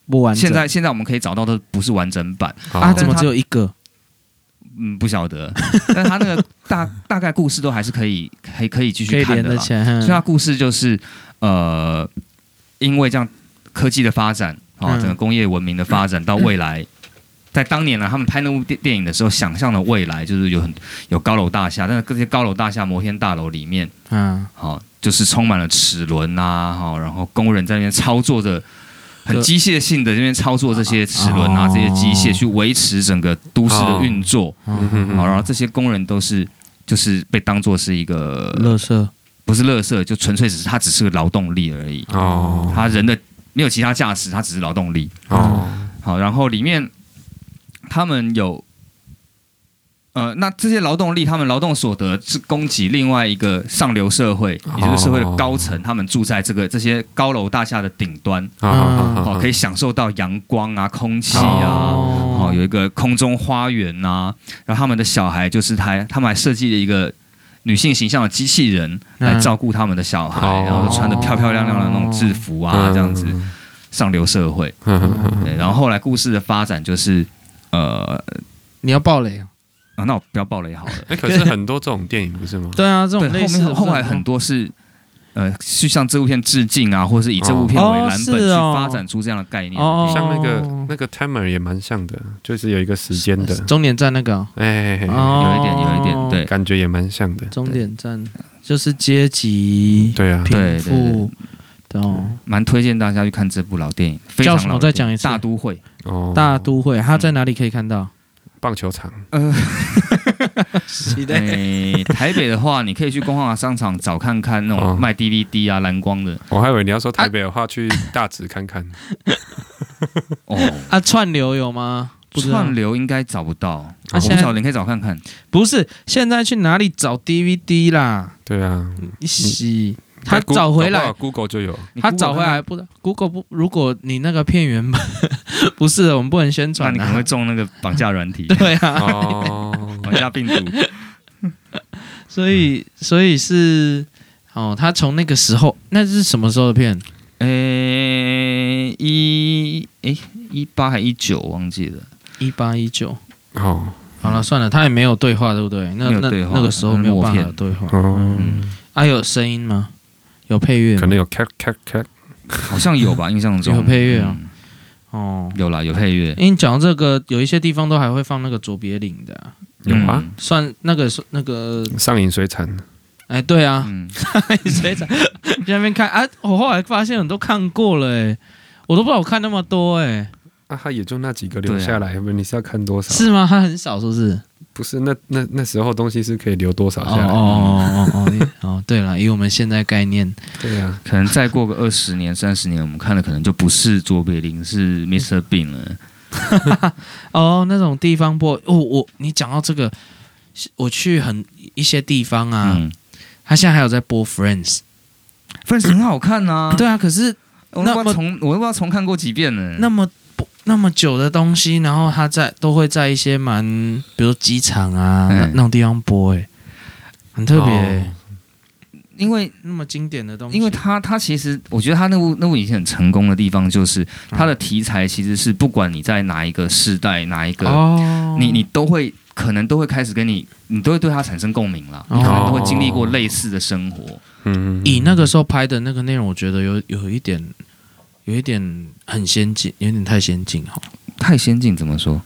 B: 不完整。
C: 现在现在我们可以找到的不是完整 版，
B: 啊，
D: 好
B: 怎么只有一个？
C: 嗯，不晓得，但他那个大大概故事都还是可以可以可以继
B: 可
C: 续
B: 以
C: 看
B: 连
C: 的
B: 得
C: 啦。
B: 起来。嗯
C: 所以它故事就是呃，因为这样科技的发展啊，
B: 嗯
C: 整个工业文明的发展到未来，在当年呢，他们拍那部电电影的时候，想象的未来就是有很有高楼大厦，但是这些高楼大厦、摩天大楼里面，
B: 嗯，
C: 好、就是充满了齿轮啊，好、然后工人在那边操作着。很机械性的在那边操作这些齿轮啊，
B: 哦
C: 这些机械去维持整个都市的运作，
D: 嗯嗯嗯
C: 好、然后这些工人都是就是被当做是一个
B: 乐色
C: 不是垃圾，就纯粹只是他只是个劳动力而已，
D: 哦
C: 他人的没有其他价值，他只是劳动力。
D: 哦
C: 好，然后里面他们有，呃，那这些劳动力，他们劳动所得是供给另外一个上流社会，也就是社会的高层，他们住在这个这些高楼大厦的顶端，
D: 好好好
C: 好，
D: 好，
C: 可以享受到阳光啊、空气啊。哦，有一个空中花园呐、然后他们的小孩就是他，他们还设计了一个女性形象的机器人来照顾他们的小孩，
D: 嗯哦
C: 然后都穿的漂漂亮亮的那种制服啊，这样子上流社会。
D: 嗯，嗯嗯
C: 对，然后后来故事的发展就是，呃，
B: 你要爆雷哦？
C: 啊、那我不要爆雷好了。
D: 哎，可是很多这种电影不是吗？
B: 对啊， 这
C: 对，
B: 种类
C: 后
B: 似的
C: 面后来很多是。呃，去向这部片致敬啊，或是以这部片为
B: 哦
C: 蓝
B: 是
C: 本去
B: 哦
C: 发展出这样的概念。
B: 哦
D: 像那个
B: 哦
D: 那个 timer 也蛮像的，就是有一个时间的，
B: 终点站那个哦
D: 哎，嘿嘿嘿
B: 哦
C: 有一点，有一点，对，
D: 感觉也蛮像的。
B: 终点站就是阶级
D: 对啊，
B: 贫
C: 对对
B: 富的哦。
C: 蛮推荐大家去看这部老电影，非常
B: 叫什么
C: 老的
B: 再讲
C: 电影
B: 一次
C: 大都会。
D: 哦，
B: 大都会，它在哪里可以看到？
D: 棒球场
B: 期
C: 诶，哎台北的话，你可以去光华商场找看看那
D: 哦
C: 种卖 DVD 啊、蓝光的
D: 我还以为你要说台北的话，去大直看看。
C: 哦。
B: 啊，串流有吗？不知道
C: 串流应该找不到，
B: 啊
C: 我不
B: 现在
C: 晓得，你可以找看看。
B: 不是，现在去哪里找 DVD 啦？
D: 对啊，
B: 洗，他
D: 在哎 Goo-
B: 找回
D: 搞不
B: 来
D: 好，，Google 就有。
C: 你
B: 他
C: Google
B: 找回来
C: 看
B: 不？Google 不，如果你那个片源版不 是的，我们不能宣
C: 看，那
B: 传
C: 你可能会
B: 啊。、
C: 中那个绑架软体
B: 对啊，
D: 哦，
C: 绑架病毒。
B: 所以所以是哦，他从那个时候，那是什么时候的片？
C: 诶，一诶一八还一九忘记了，
B: 一八一九。
D: 哦，
B: 好了，算了，他也没有对话，对不对？那
C: 没有
B: 那
C: 对话
B: 那个时候没有办法有对话。
D: 哦，
C: 嗯
B: 啊，有声音吗？有配乐吗？
D: 可能有 cat cat cat。
C: 好像有吧？印象中
B: 有配乐啊
C: 嗯
B: 哦。
C: 有啦，有配乐，
B: 因为你讲到这个，有一些地方都还会放那个卓别林的啊、
D: 有啊
C: 嗯
B: 算那个是那个，
D: 上瘾水产，
B: 哎，对啊，
C: 嗯，
B: 水产去那边看啊，我后来发现我都看过了、哎，我都不知道我看那么多、哎，
D: 啊，他也就那几个留下来，不，你是要看多少？
B: 啊是吗？它很少，是不是？
D: 不是那那那时候东西是可以留多
B: 哦
D: 少
B: 哦
D: 下来？
B: 哦哦哦哦，哦，对了，以我们现在概念，
D: 对啊，
C: 可能再过个二十年、三十年，我们看的可能就不是卓别林，是 Mr. Bean 了。
B: 哦，那种地方播，哦，我你讲到这个，是我去很一些地方啊，
C: 嗯，
B: 他现在还有在播 Friends，、
C: f r 很好看啊，
B: 对啊，可是
C: 我都不知道
B: 那么
C: 重，我都不知道重看过几遍了。
B: 那么不那么久的东西，然后他在都会在一些蛮，比如机场啊、
C: 嗯
B: 那那种地方播、欸，很特别、欸
D: 哦
C: 因为
B: 那么经典的东西，
C: 因为他他其实我觉得他那部那部影片很成功的地方就是他的题材其实是不管你在哪一个世代哪一个，
B: 哦，
C: 你你都会可能都会开始跟你你都会对他产生共鸣啦，
B: 哦
C: 你可能都会经历过类似的生活。
D: 嗯，
B: 以那个时候拍的那个内容，我觉得有有一点，有一点很先进，有点太先进哈。
C: 太先进怎么说？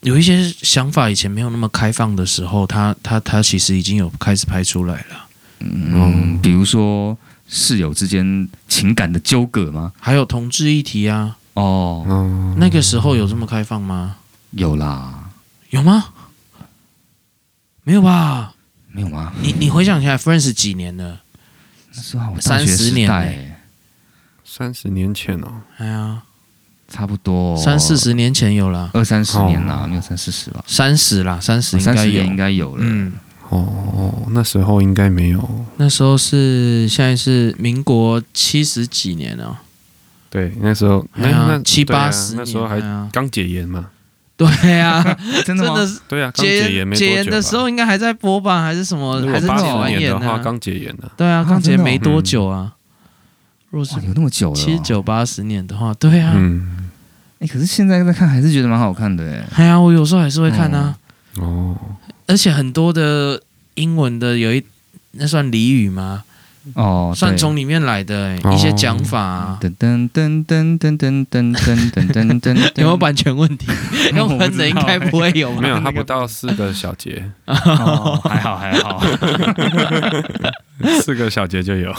B: 有一些想法以前没有那么开放的时候，他他他其实已经有开始拍出来了，
C: 嗯，比如说室友之间情感的纠葛吗？
B: 还有同志议题啊，
C: 哦，
D: 哦，
B: 那个时候有这么开放吗？
C: 有啦，
B: 有吗？没有吧？
C: 没有吗？啊
B: 你你回想起来，Friends 几年了？
C: 那时候我大学
B: 30
C: 时
B: 年
C: 代、
B: 嘞
D: 三十年前哦，
B: 哎呀，
C: 差不多
B: 三四、十年前有啦，
C: 二三十年啦，没有三四十吧，
B: 三十啦，三十应
C: 哦三
B: 该
C: 十
B: 有
C: 年。应该有了。
B: 嗯，
D: 哦，那时候应该没有，
B: 那时候是现在是民国七十几年了、
D: 对，那时候
B: 哎
D: 那
B: 呀
D: 那
B: 七
D: 对啊
B: 八十年，
D: 那时候还
B: 哎呀
D: 刚解严嘛，
B: 对 啊，
C: 真的
B: 真
C: 吗？
B: 的是
D: 对啊，刚
B: 戒
D: 严没多久
B: 戒严
D: 吧
B: 的时候，应该还在播吧，还是什么，
D: 如
B: 还
D: 果
B: 是
D: 八
B: 考
D: 十
B: 完
D: 年
B: 研
D: 的话，
B: 啊？
D: 刚解严呢，
B: 对啊，
C: 啊
B: 刚
C: 真
B: 结
C: 的哦
B: 没多久
D: 嗯
B: 啊，若是
C: 哇，有那么久了哦、
B: 七九八十年的话，对啊，
D: 哎嗯，
C: 哎、可是现在在看还是觉得蛮好看的哎。
B: 哎呀，我有时候还是会看啊，
D: 哦，
B: 而且很多的英文的有一那算俚语吗？
C: 哦，
B: 算
C: 对
B: 从里面来的
D: 哦
B: 欸一些讲法啊，
C: 噔噔噔噔噔噔噔噔噔噔噔，
B: 有没有版权 问题？用喷的应该不会有
D: 没
B: 吧？
D: 有，他不到四个小节，
C: 哦？还好还好，
D: 四个小节就有，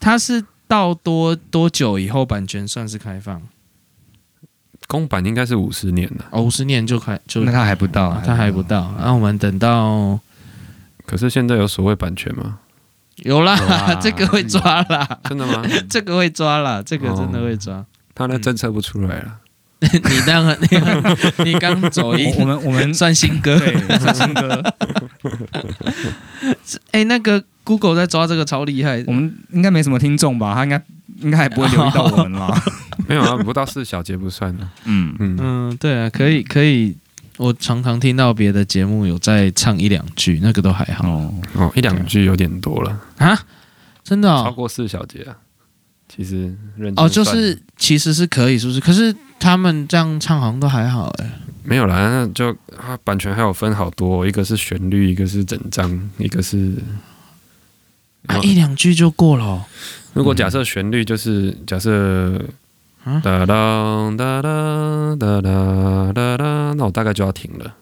B: 它是到多多久以后版权算是开放？
D: 公版应该是五十年了，
B: 哦，五十年就开就
C: 那他嗯还不到
B: 啊，，他还不到。那、我们等到
D: 可是现在有所谓版权吗？
B: 有啦，
C: 有啦
B: 这个会抓啦，
D: 真的 吗？
B: 这个会抓啦，这个真的会
C: 哦
B: 抓。
D: 他那侦测不出来了，
B: 你当然，你刚你刚走一
C: 我。我们我们
B: 算新歌，
C: 对新歌，
B: 哎、那个 Google 在抓这个超厉害
C: 我们应该没什么听众吧？他应该应该还不会留意到我们啦。
D: 没有啊，不到四小节不算了，
C: 嗯，
D: 嗯，
B: 嗯，对啊，可以可以，我常常听到别的节目有在唱一两句，那个都还好
C: 哦，
D: 哦，一两句有点多了。
B: 啊，真的
D: 超
B: 啊哦，
D: 过四小节啊。其实认真
B: 哦，就
D: 算
B: 是其实是可以，是不是？可是他们这样唱好像都还好哎、
D: 没有啦，那就啊，版权还有分好多，一个是旋律，一个是整张，一个是。
B: 啊，一两句就过了哦、
D: 如果假设旋律就是假设
B: 嗯
D: 哒当哒当哒当哒当，那我大概就要停了，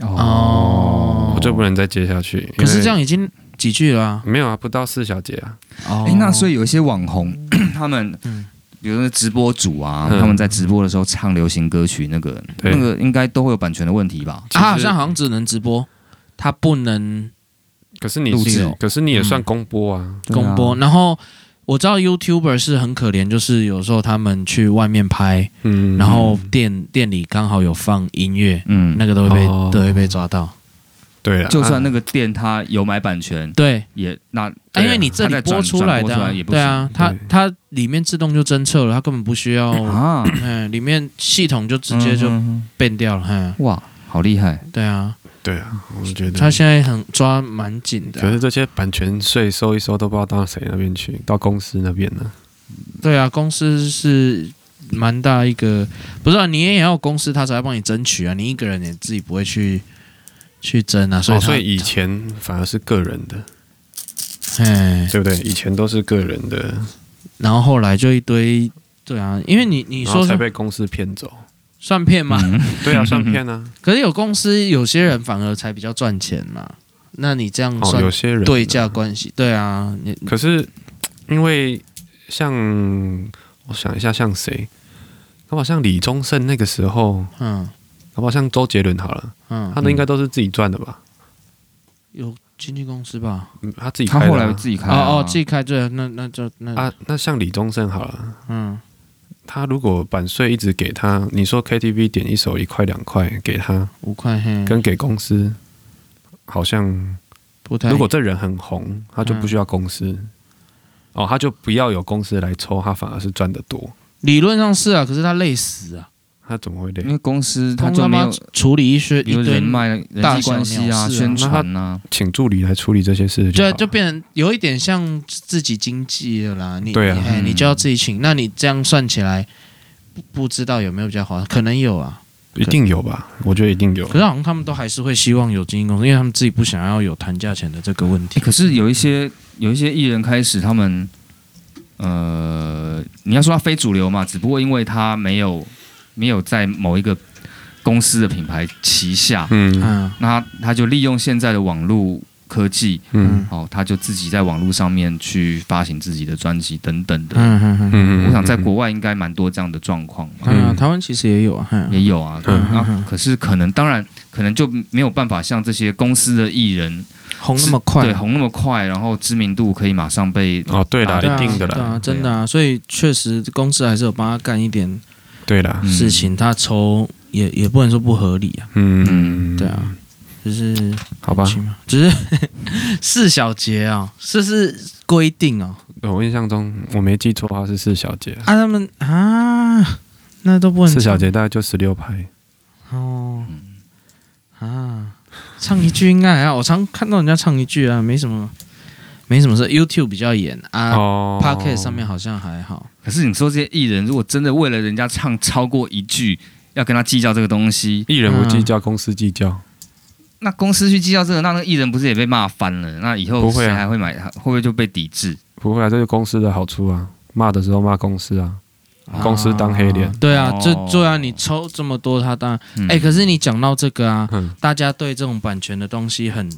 B: 哦
D: 我就不能再接下去。
B: 可是这
D: 因
B: 样已经几句了、啊
D: 为。没有啊，不到四小节啊。
B: 哦
C: 哎、那所以有一些网红他们。
B: 嗯
C: 比如说直播主啊，
D: 嗯
C: 他们在直播的时候唱流行歌曲，那个
D: 对
C: 那个应该都会有版权的问题吧？
D: 其实
B: 他啊好像好像只能直播，他不能
D: 可是你
C: 录制
D: 是
C: 哦，
D: 可是你也算
B: 嗯
D: 公播啊。
B: 公播。
C: 对啊
B: 然后我知道 YouTuber 是很可怜，就是有时候他们去外面拍，
D: 嗯，
B: 然后店店里刚好有放音乐，
C: 嗯，
B: 那个都会被
D: 哦
B: 都会被抓到。
D: 对了，
C: 就算
D: 啊
C: 那个店他有买版权，
B: 对，
C: 也那
B: 啊因为你这
C: 他
B: 里
C: 再转
B: 播出来
C: 转
B: 的
C: 播出
B: 啊
C: 来也，不
B: 对啊，它
D: 对
B: 它里面自动就侦测了，它根本不需要，
C: 啊，
B: 哎，里面系统就直接就
C: 嗯嗯
B: 变掉了，哎，
C: 嗯哇，好厉害！
B: 对啊，
D: 对啊，我觉得
B: 他现在很抓蛮紧的啊。
D: 可是这些版权税收一收都不知道到谁那边去，到公司那边呢？
B: 对啊，公司是蛮大一个，不是啊，你也要有公司他才会帮你争取啊，你一个人也自己不会去去争啊，所以
D: 哦，
B: 他、
D: 所以以前反而是个人的，
B: 哎，
D: 对不对？以前都是个人的，
B: 然后后来就一堆，对啊，因为你你
D: 然后
B: 说
D: 才
B: 是
D: 被公司骗走。
B: 算骗嘛，
D: 对啊，算骗啊。
B: 可是有公司有些人反而才比较赚钱嘛，那你这样
D: 哦，
B: 算
D: 有些人啊
B: 对价关系，对啊，你
D: 可是因为像我想一下，像谁？搞不好像李宗盛那个时候，
B: 嗯
D: 搞不好像周杰伦好了，
B: 嗯
D: 他，的应该都是自己赚的吧？
B: 有经纪公司吧？
D: 嗯他自己
C: 他
D: 开的啊
C: 后来自己开啊
B: 哦哦，自己开对啊，那那就那、
D: 啊，那像李宗盛好了。
B: 嗯
D: 他如果版税一直给他，你说 KTV 点一首一块两块给他，
B: 五块嘿，
D: 跟给公司好像，
B: 不太
D: 如果这人很红，他就不需要公司，
B: 嗯
D: 哦，他就不要有公司来抽，他反而是赚得多，
B: 理论上是啊，可是他累死啊。
D: 他怎么会
C: 因
D: 累？
C: 为公司他
B: 他
C: 就
B: 他
C: 没
B: 妈
C: 有
B: 处理一些
C: 比如
B: 一堆
C: 人，脉、人
B: 大
C: 际
B: 小
C: 关系
B: 鸟
C: 啊、
B: 事啊
C: 宣传啊，
D: 请助理来处理这些事就好
B: 对啊，
D: 了，
B: 就变成有一点像自己经济了啦。你
D: 对啊
B: 你哎
C: 嗯
B: 你就要自己请，那你这样算起来，不不知道有没有比较划算？可能有啊，
D: 一定有吧？我觉得一定有
B: 可。是好像他们都还是会希望有经纪公司，因为他们自己不想要有谈价钱的这个问
C: 诶
B: 题。
C: 可是有一些有一些艺人开始他们，呃，你要说他非主流嘛，只不过因为他没有没有在某一个公司的品牌旗下，
D: 嗯
B: 嗯
C: 那他他就利用现在的网络科技，
D: 嗯
C: 哦，他就自己在网络上面去发行自己的专辑等等的。
B: 嗯嗯嗯
D: 嗯
C: 我想在国外应该蛮多这样的状况吧，
B: 嗯，啊
D: 嗯
B: 台湾其实也有啊。嗯
C: 也有啊。
D: 嗯
C: 啊，可是可能当然可能就没有办法像这些公司的艺人
B: 红那么快啊
C: 对，红那么快，然后知名度可以马上被
D: 哦，对啦，
C: 啊
B: 对啊
D: 一定的
B: 对啊，
D: 啦，
B: 真的啊，所以确实公司还是有帮他干一点
D: 对啦，
C: 嗯
B: 事情，他抽也也不能说不合理啊，
D: 嗯，啊
B: 对啊，就是
D: 好吧，
B: 行吗只是 四小节啊，这是规定哦。
D: 我印象中我没记错的话是四小节，
B: 啊，他们啊，那都不能
D: 四小
B: 唱
D: 节大概就十六拍，
B: 哦，啊，唱一句应该还好，我常看到人家唱一句啊，没什么，没什么事。YouTube 比较严啊、
D: 哦
B: p o c k e t 上面好像还好。
C: 可是你说这些艺人，如果真的为了人家唱超过一句，要跟他计较这个东西，
D: 艺人不计较，公司计较，
C: 那公司去计较这个，那那个艺人不是也被骂翻了？那以后
D: 不会
C: 谁
D: 啊
C: 还会买他？会不会就被抵制？
D: 不会啊，这是公司的好处啊，骂的时候骂公司啊，公司当黑脸
B: 啊，对啊
C: 哦，
B: 这对啊，你抽这么多，他当然，
C: 嗯
B: 哎、可是你讲到这个啊，
D: 嗯，
B: 大家对这种版权的东西很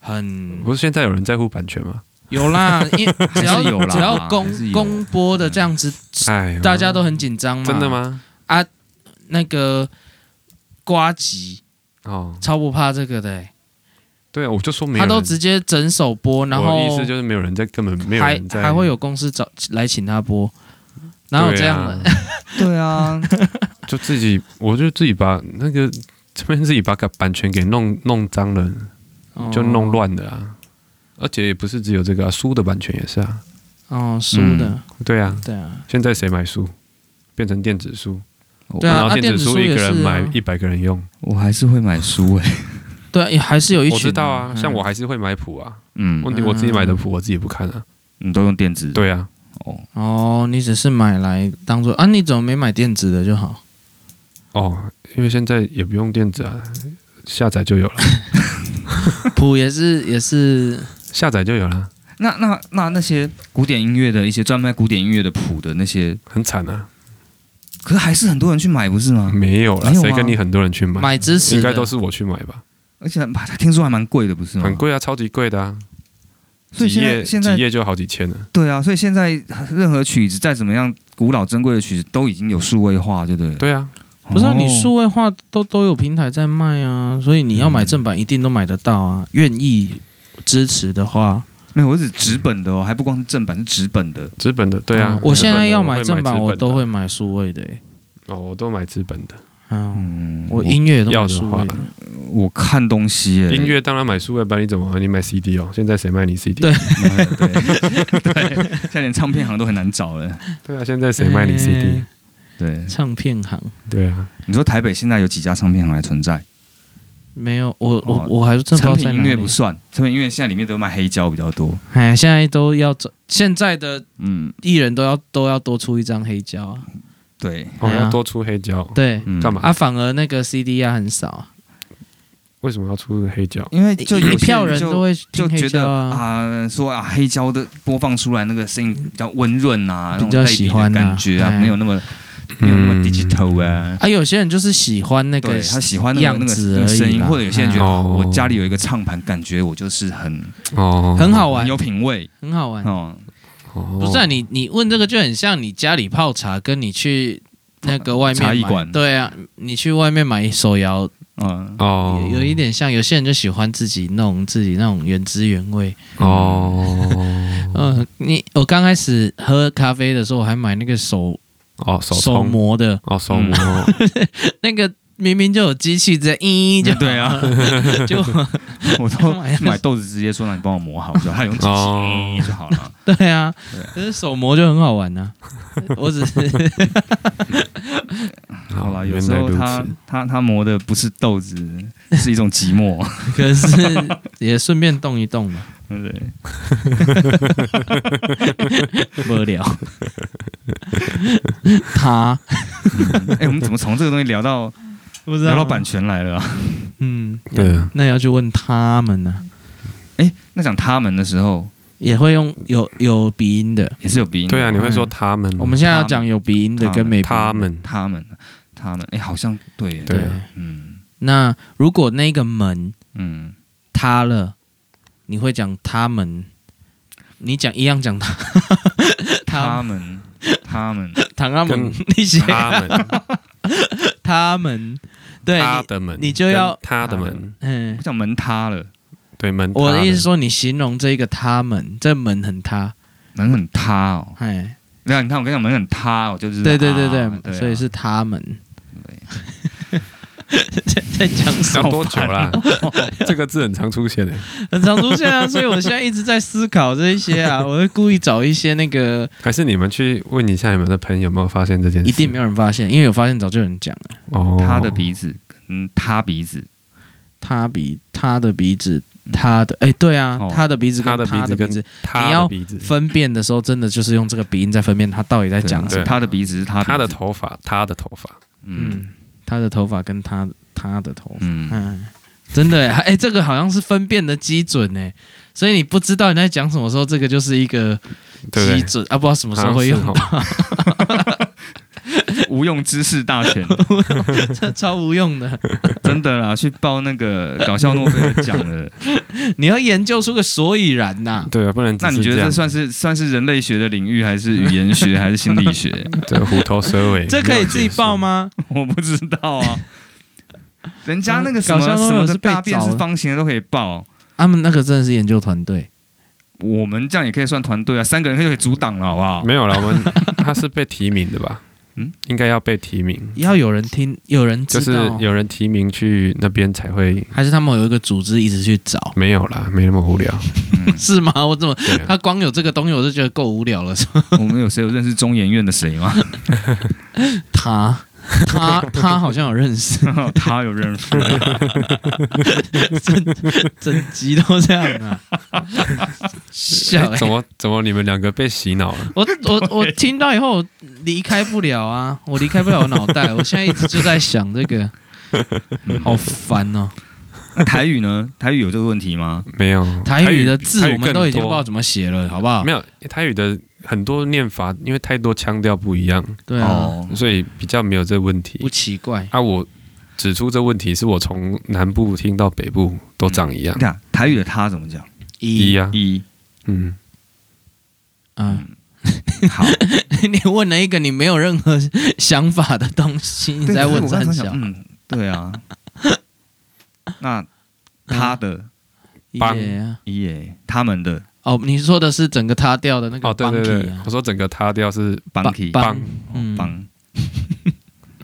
B: 很
D: 不是现在有人在乎版权吗？
B: 有啦， 因为只要
C: 嗯还是有啦
B: 只要
C: 还是
B: 公
C: 有嗯
B: 公播的这样子，
D: 哎，
B: 大家都很紧张嘛。
D: 真的？吗？
B: 那个瓜吉
D: 哦，
B: 超不怕这个的、欸，
D: 对啊，我就说没
B: 啊
D: 有
B: 他
D: 人，
B: 都直接整首播，然
D: 我
B: 后
D: 的意思就是没有人在，根本没有
B: 还
D: 人在，
B: 还会有公司找来请他播，哪有
D: 对啊
B: 这样的？
C: 对啊，
D: 就自己， 我就自己把那个这边自己把个版权给弄弄脏了，
B: 哦
D: 就弄乱了啊。而且也不是只有这个、啊，书的版权也是啊。
B: 哦，输的，
D: 对啊，
B: 对啊，
D: 现在谁买书？变成电子书，
B: 对啊
D: 然后
B: 啊
D: 电子
B: 电子书
D: 一
B: 也
D: 个
B: 是啊
D: 人买一百个人用，
C: 我还是会买书哎、
B: 对啊，也还是有一
D: 我知
B: 群
D: 道啊，
C: 嗯
D: 像我还是会买谱啊，
C: 嗯，
D: 问题我自己买的谱我自己不看啊，
B: 嗯
C: 你都用电子
D: 对啊，
C: 哦，
B: 哦，你只是买来当做啊，你怎么没买电子的就 好？
D: 哦，因为现在也不用电子啊，下载就有了，
B: 谱也是也是，
D: 下载就有了，
C: 那那那那些古典音乐的一些专卖古典音乐的谱的那些，
D: 很惨啊，
C: 可是还是很多人去买，不是吗？
D: 没有了，
C: 没有吗
D: 谁跟你很多人去买？
B: 买支持的
D: 应该都是我去买吧，
C: 而且还听说还蛮贵的，不
B: 嗯
C: 是吗？
D: 很，贵啊，超级贵的啊，
C: 所
D: 几
C: 以现在
D: 页
C: 现
D: 几
C: 在
D: 页就好几千了。
C: 对啊，所以现在任何曲子再怎么样古老珍贵的曲子，都已经有数位化，对不对？
D: 对啊，
C: 哦，
B: 不是啊、你数位化都都有平台在卖啊，所以你要买正版一定都买得到啊，愿意支持的话，
C: 没有，我是纸本的哦，还不光是正版，是纸本的。
D: 纸本的，对啊
B: 嗯，我现在要
D: 买
B: 买正版，我都
D: 会
B: 会买数位的、欸，
D: 的哦，我都买纸本的。
B: 嗯，
C: 嗯，
B: 我音乐也都
D: 要
B: 买
D: 的
B: 数
D: 话
B: 位的，
C: 我看东西耶，
D: 音 乐当然买数位版，你怎么你买 CD 哦？现在谁卖你 CD？
B: 对
C: 妈的对对，现在连唱片行都很难找了。
D: 对啊，现在谁卖你 CD？
B: 哎
C: 对，
B: 唱片行
D: 对啊，
C: 你说台北现在有几家唱片行还存在？
B: 没有，我我
C: 哦
B: 我还真不知
C: 成
B: 道
C: 品
B: 在
C: 音
B: 哪
C: 乐
B: 里
C: 不。算，成品音乐现在里面都卖黑胶比较多。
B: 哎，现在都要走，现在的
C: 嗯，
B: 艺人都要都要多出一张黑胶啊。
C: 对，
D: 哦，
B: 哎呀
D: 要多出黑胶，
B: 对，
C: 嗯
D: 干嘛
B: 啊，反而那个 CD 啊很少啊，
D: 为什么要出黑胶？
C: 因为就有
B: 一
C: 些
B: 票人
C: 就
B: 都会
C: 就
B: 听黑
C: 觉得
B: 胶啊。
C: 啊，说啊黑胶的播放出来那个声音比较温润啊，
B: 比较
C: 那种类比
B: 喜欢啊
C: 的感觉啊，
B: 哎
C: 没有那么没有那么
D: 嗯
C: digital 啊。
B: 啊，有些人就是喜欢那个
C: 对他喜欢那个
B: 样
C: 那个
B: 子
C: 那个
B: 而已
C: 声音，
B: 啦哎
C: 或者有些人觉得
D: 哦
C: 我家里有一个唱盘，感觉我就是很
D: 哦，
B: 很好
C: 很
B: 玩
C: 有，品味
B: 很好玩。
C: 哦。
D: 哦，
B: 不是啊你，你问这个就很像你家里泡茶，跟你去那个外面
C: 茶艺
B: 买
C: 馆
B: 对啊，你去外面买手摇
C: 嗯，
D: 哦，
B: 有有一点像，有些人就喜欢自己弄自己那种原汁原味。
D: 哦
B: 嗯、你我刚开始喝咖啡的时候，我还买那个手
D: 哦手
B: 手
D: 冲
B: 磨的，
D: 哦手磨，
B: 那个明明就有机器在咦 就
C: 对啊，
B: 就
C: 我都买豆子直接说让你帮我磨好就好，他用机器
D: 哦
C: 就好了。
B: 对啊
C: 对，
B: 可是手磨就很好玩呐、我只是
C: 好了，有
D: 原
C: 时
D: 来
C: 候
D: 如
C: 他
D: 此。
C: 他他磨的不是豆子， 是一种寂寞，
B: 可是也顺便动一动嘛，
C: 对不对？
B: 无聊。 他
C: 哎、我们怎么从这个东西聊 到
B: 不知道
C: 聊到版权来了、啊？
B: 嗯，
D: 对啊，
B: 那要去问他们呢、
C: 哎、那讲他们的时候
B: 也会用有有鼻音的。
C: 也是有鼻音的。
D: 对啊，你会说他们，
B: 我们现在要讲有鼻音的跟没鼻音
D: 他
B: 的。
D: 们，
C: 他们，他们，哎、好像对耶，
D: 对
B: 对，
C: 嗯
B: 那如果那个门
C: 嗯，
B: 塌了，你会讲他们，你讲一样讲他
C: 他
B: 他
C: 们，他们，
B: 唐阿
D: 跟
B: 们那些
D: 他们，
B: 他们， 对，
D: 他
B: 你
D: 的门，
B: 你就要
D: 跟他的门，
B: 嗯
C: 我，想门塌了，
D: 对门。
B: 我
D: 他
B: 的意思，说你形容这个他们，这门很塌，
C: 门很塌哦，
B: 哎，
C: 没有，你看我跟你讲，我们很他，哦我就是
B: 对对对
C: 啊
B: 对，
C: 对啊，
B: 所以是他们。在在讲什
D: 要
B: 么？
D: 多久啦？这个字很常出现 的、欸
B: 很常出现啊，所以我现在一直在思考这一些啊，我会故意找一些那个
D: 还是你们去问一下你们的朋友有没有发现这件事？
B: 一定没有人发现，因为有发现早就有人讲了。
D: 哦，
C: 他的鼻子，嗯，他鼻子，
B: 他鼻，他的鼻子，他的，哎，对啊
C: 哦，
B: 他的鼻子跟
D: 他的鼻子
B: 他的鼻
D: 跟
B: 子，
D: 他
B: 你要
D: 的鼻子，
B: 分辨的时候，真的就是用这个鼻音在分辨他到底在讲什
D: 对
B: 么。
C: 他的鼻子是他
D: 他的
C: 鼻子，
D: 头发，他的头发，
C: 嗯
B: 嗯，他的头发跟他他的头发，
C: 嗯，
B: 嗯，真的哎，哎这个好像是分辨的基准哎，所以你不知道你在讲什么时候，这个就是一个
D: 对不
B: 基
D: 对？
B: 准啊，不知道什么时候会用
D: 好
B: 到，
D: 像是哦
B: 嗯
C: 无用知识大全，
D: 哦
B: 这超无用的。
C: 真的啦，去报那个搞笑诺贝尔奖 了。
B: 你要研究出个所以然呐、
D: 对啊，不能只
C: 那
D: 是
C: 你觉得
D: 样
C: 这算是算是人类学的领域，还是语言学，还是心理 学？
D: 对虎头蛇尾？
B: 这可以自己报？吗？
C: 我不知道啊。人家那个什么
B: 搞笑诺
C: 什
B: 贝
C: 么
B: 尔
C: 的
B: 是被
C: 大便
B: 找
C: 是
B: 的
C: 方形的都可以报，
B: 他啊们那个真的是研究团队，
C: 我们这样也可以算团队啊，三个人就可以阻挡了，好不好？
D: 没有啦， 我们他是被提名的吧？
C: 嗯
D: 嗯，应该要被提名，
B: 要有人听，有人知
D: 就
B: 道，
D: 是有人提名去那边才会。
B: 还是他们有一个组织一直去 找，
D: 没有啦，没那么无聊。
C: 嗯
B: 是吗？我怎么
D: 对 啊
B: 他光有这个东西我就觉得够无聊了？是吗
C: 我们有谁有认识中研院的谁 吗？
B: 他他他好像有认识，
C: 他有认 识，
B: 整集都这样啊， 笑、
D: 哎
B: 欸
D: 怎！么怎么你们两个被洗脑了？
B: 我我我听到以后我离开不了啊，我离开不了我脑袋，我现在一直就在想这个，好烦 哦。
C: 那台语呢？台语有这个问题吗？
D: 没有
B: 台语的字
D: 台语
B: 我们都已经
D: 更
B: 不
D: 多
B: 知道怎么写了，好不好
D: 没？有台语的很多念法，因为太多腔调不一样，
B: 对啊，
C: 哦，
D: 所以比较没有这
B: 不
D: 问题。
B: 奇怪。
D: 啊，我指出这问题是我从南部听到北部都长一样
B: 嗯
C: 你，看台语的他怎么讲？
D: 一
B: 一
D: 样。
C: 一啊嗯
D: 嗯，
B: 啊，
C: 好，
B: 你问了一个你没有任何想法的东西，你
C: 对
B: 在问
C: 可是我刚
B: 三
C: 才
B: 小
C: 想，嗯，对 啊。那
B: 嗯
C: 他的嗯
D: 帮
B: 耶啊
C: 一耶，他们的
B: 哦，你说的是整个塌掉的那个
D: 哦，对对
B: bunky
D: 对
B: 啊，
D: 我说整个塌掉是
C: banky
B: 帮
D: 帮，
C: 哦
B: 嗯
C: 帮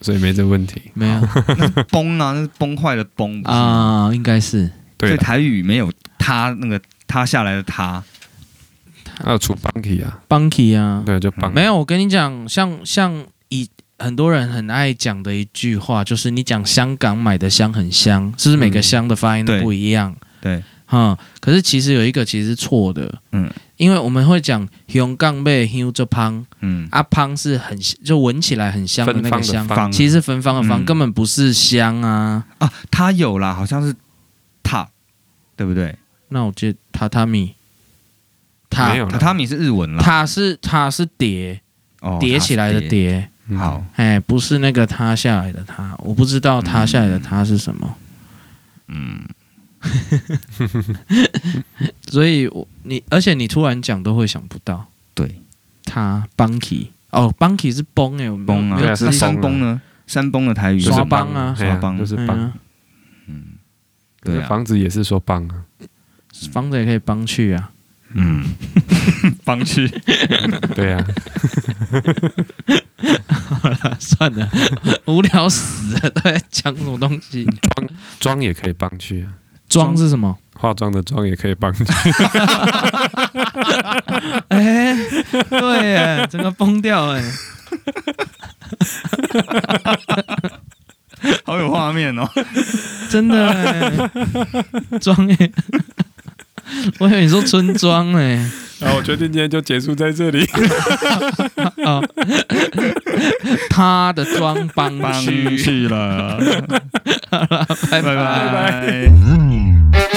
D: 所以没这问题。
B: 没有
C: 崩啊，那是崩坏的崩不是吗
B: 啊，应该是
C: 所以
D: 对啦，
C: 台语没有他那个塌下来的他，
D: 要出 bunky 啊，
B: bunky 啊，
D: 对，就 bunk。
B: 没有。我跟你讲，像像以很多人很爱讲的一句话，就是你讲香港买的香很香，是不是每个
D: 嗯
B: 香的发音都
C: 对
B: 不一样？
C: 对，
B: 哈、可是其实有一个其实是错的，
C: 嗯
B: 嗯，因为我们会讲香港妹香就胖，
C: 嗯，
B: 啊胖是很就闻起来很香的那个
D: 芬芳
B: 香
D: 的，芳
B: 啊其实芬芳的芳、
C: 嗯
B: 根本不是香啊。
C: 啊，他有啦，好像是他，对不对？
B: 那我觉得榻榻米，
D: 没
B: 榻
D: 有啦
C: 榻榻米是日文啦，
B: 榻是榻是叠
C: 哦，
B: 叠起来的
C: 榻是
B: 叠，
D: 嗯
C: 好，
B: 哎，不是那个塌下来的塌，我不知道塌下来的塌是什么。
C: 嗯，
B: 所以我你而且你突然讲都会想不到
C: 对，
B: 塌 bunky 哦，bunky 是崩哎、我没有
C: 崩啊
B: 没有
D: 对啊
B: 注
D: 是
B: 意
C: 那
D: 崩
C: 山崩呢？山崩的台语
D: 就是
B: 刷
C: 是
B: 帮啊
D: 嘿啊
C: 刷帮
D: 就是
B: 哎
D: 帮
B: 呀。
C: 嗯，
D: 可
C: 对
D: 是
C: 啊，
D: 房子也是说帮啊，
B: 房子也可以帮去啊。
C: 嗯， 帮区，
D: 对啊，
B: 算 了，无聊死了，都在讲什么东西？
C: 嗯
D: 妆也可以帮去啊，
B: 妆是什 么？
D: 化妆的妆也可以帮 去。
B: 哎、对耶，整个崩掉哎。
C: 好有画面哦。
B: 真的欸装哎、我以为你说村庄哎、
D: 然后啊我决定今天就结束在这里。
B: 哦， 他的庄帮
C: 帮
B: 区，
C: 去 了，拜
B: 拜拜。
C: 拜。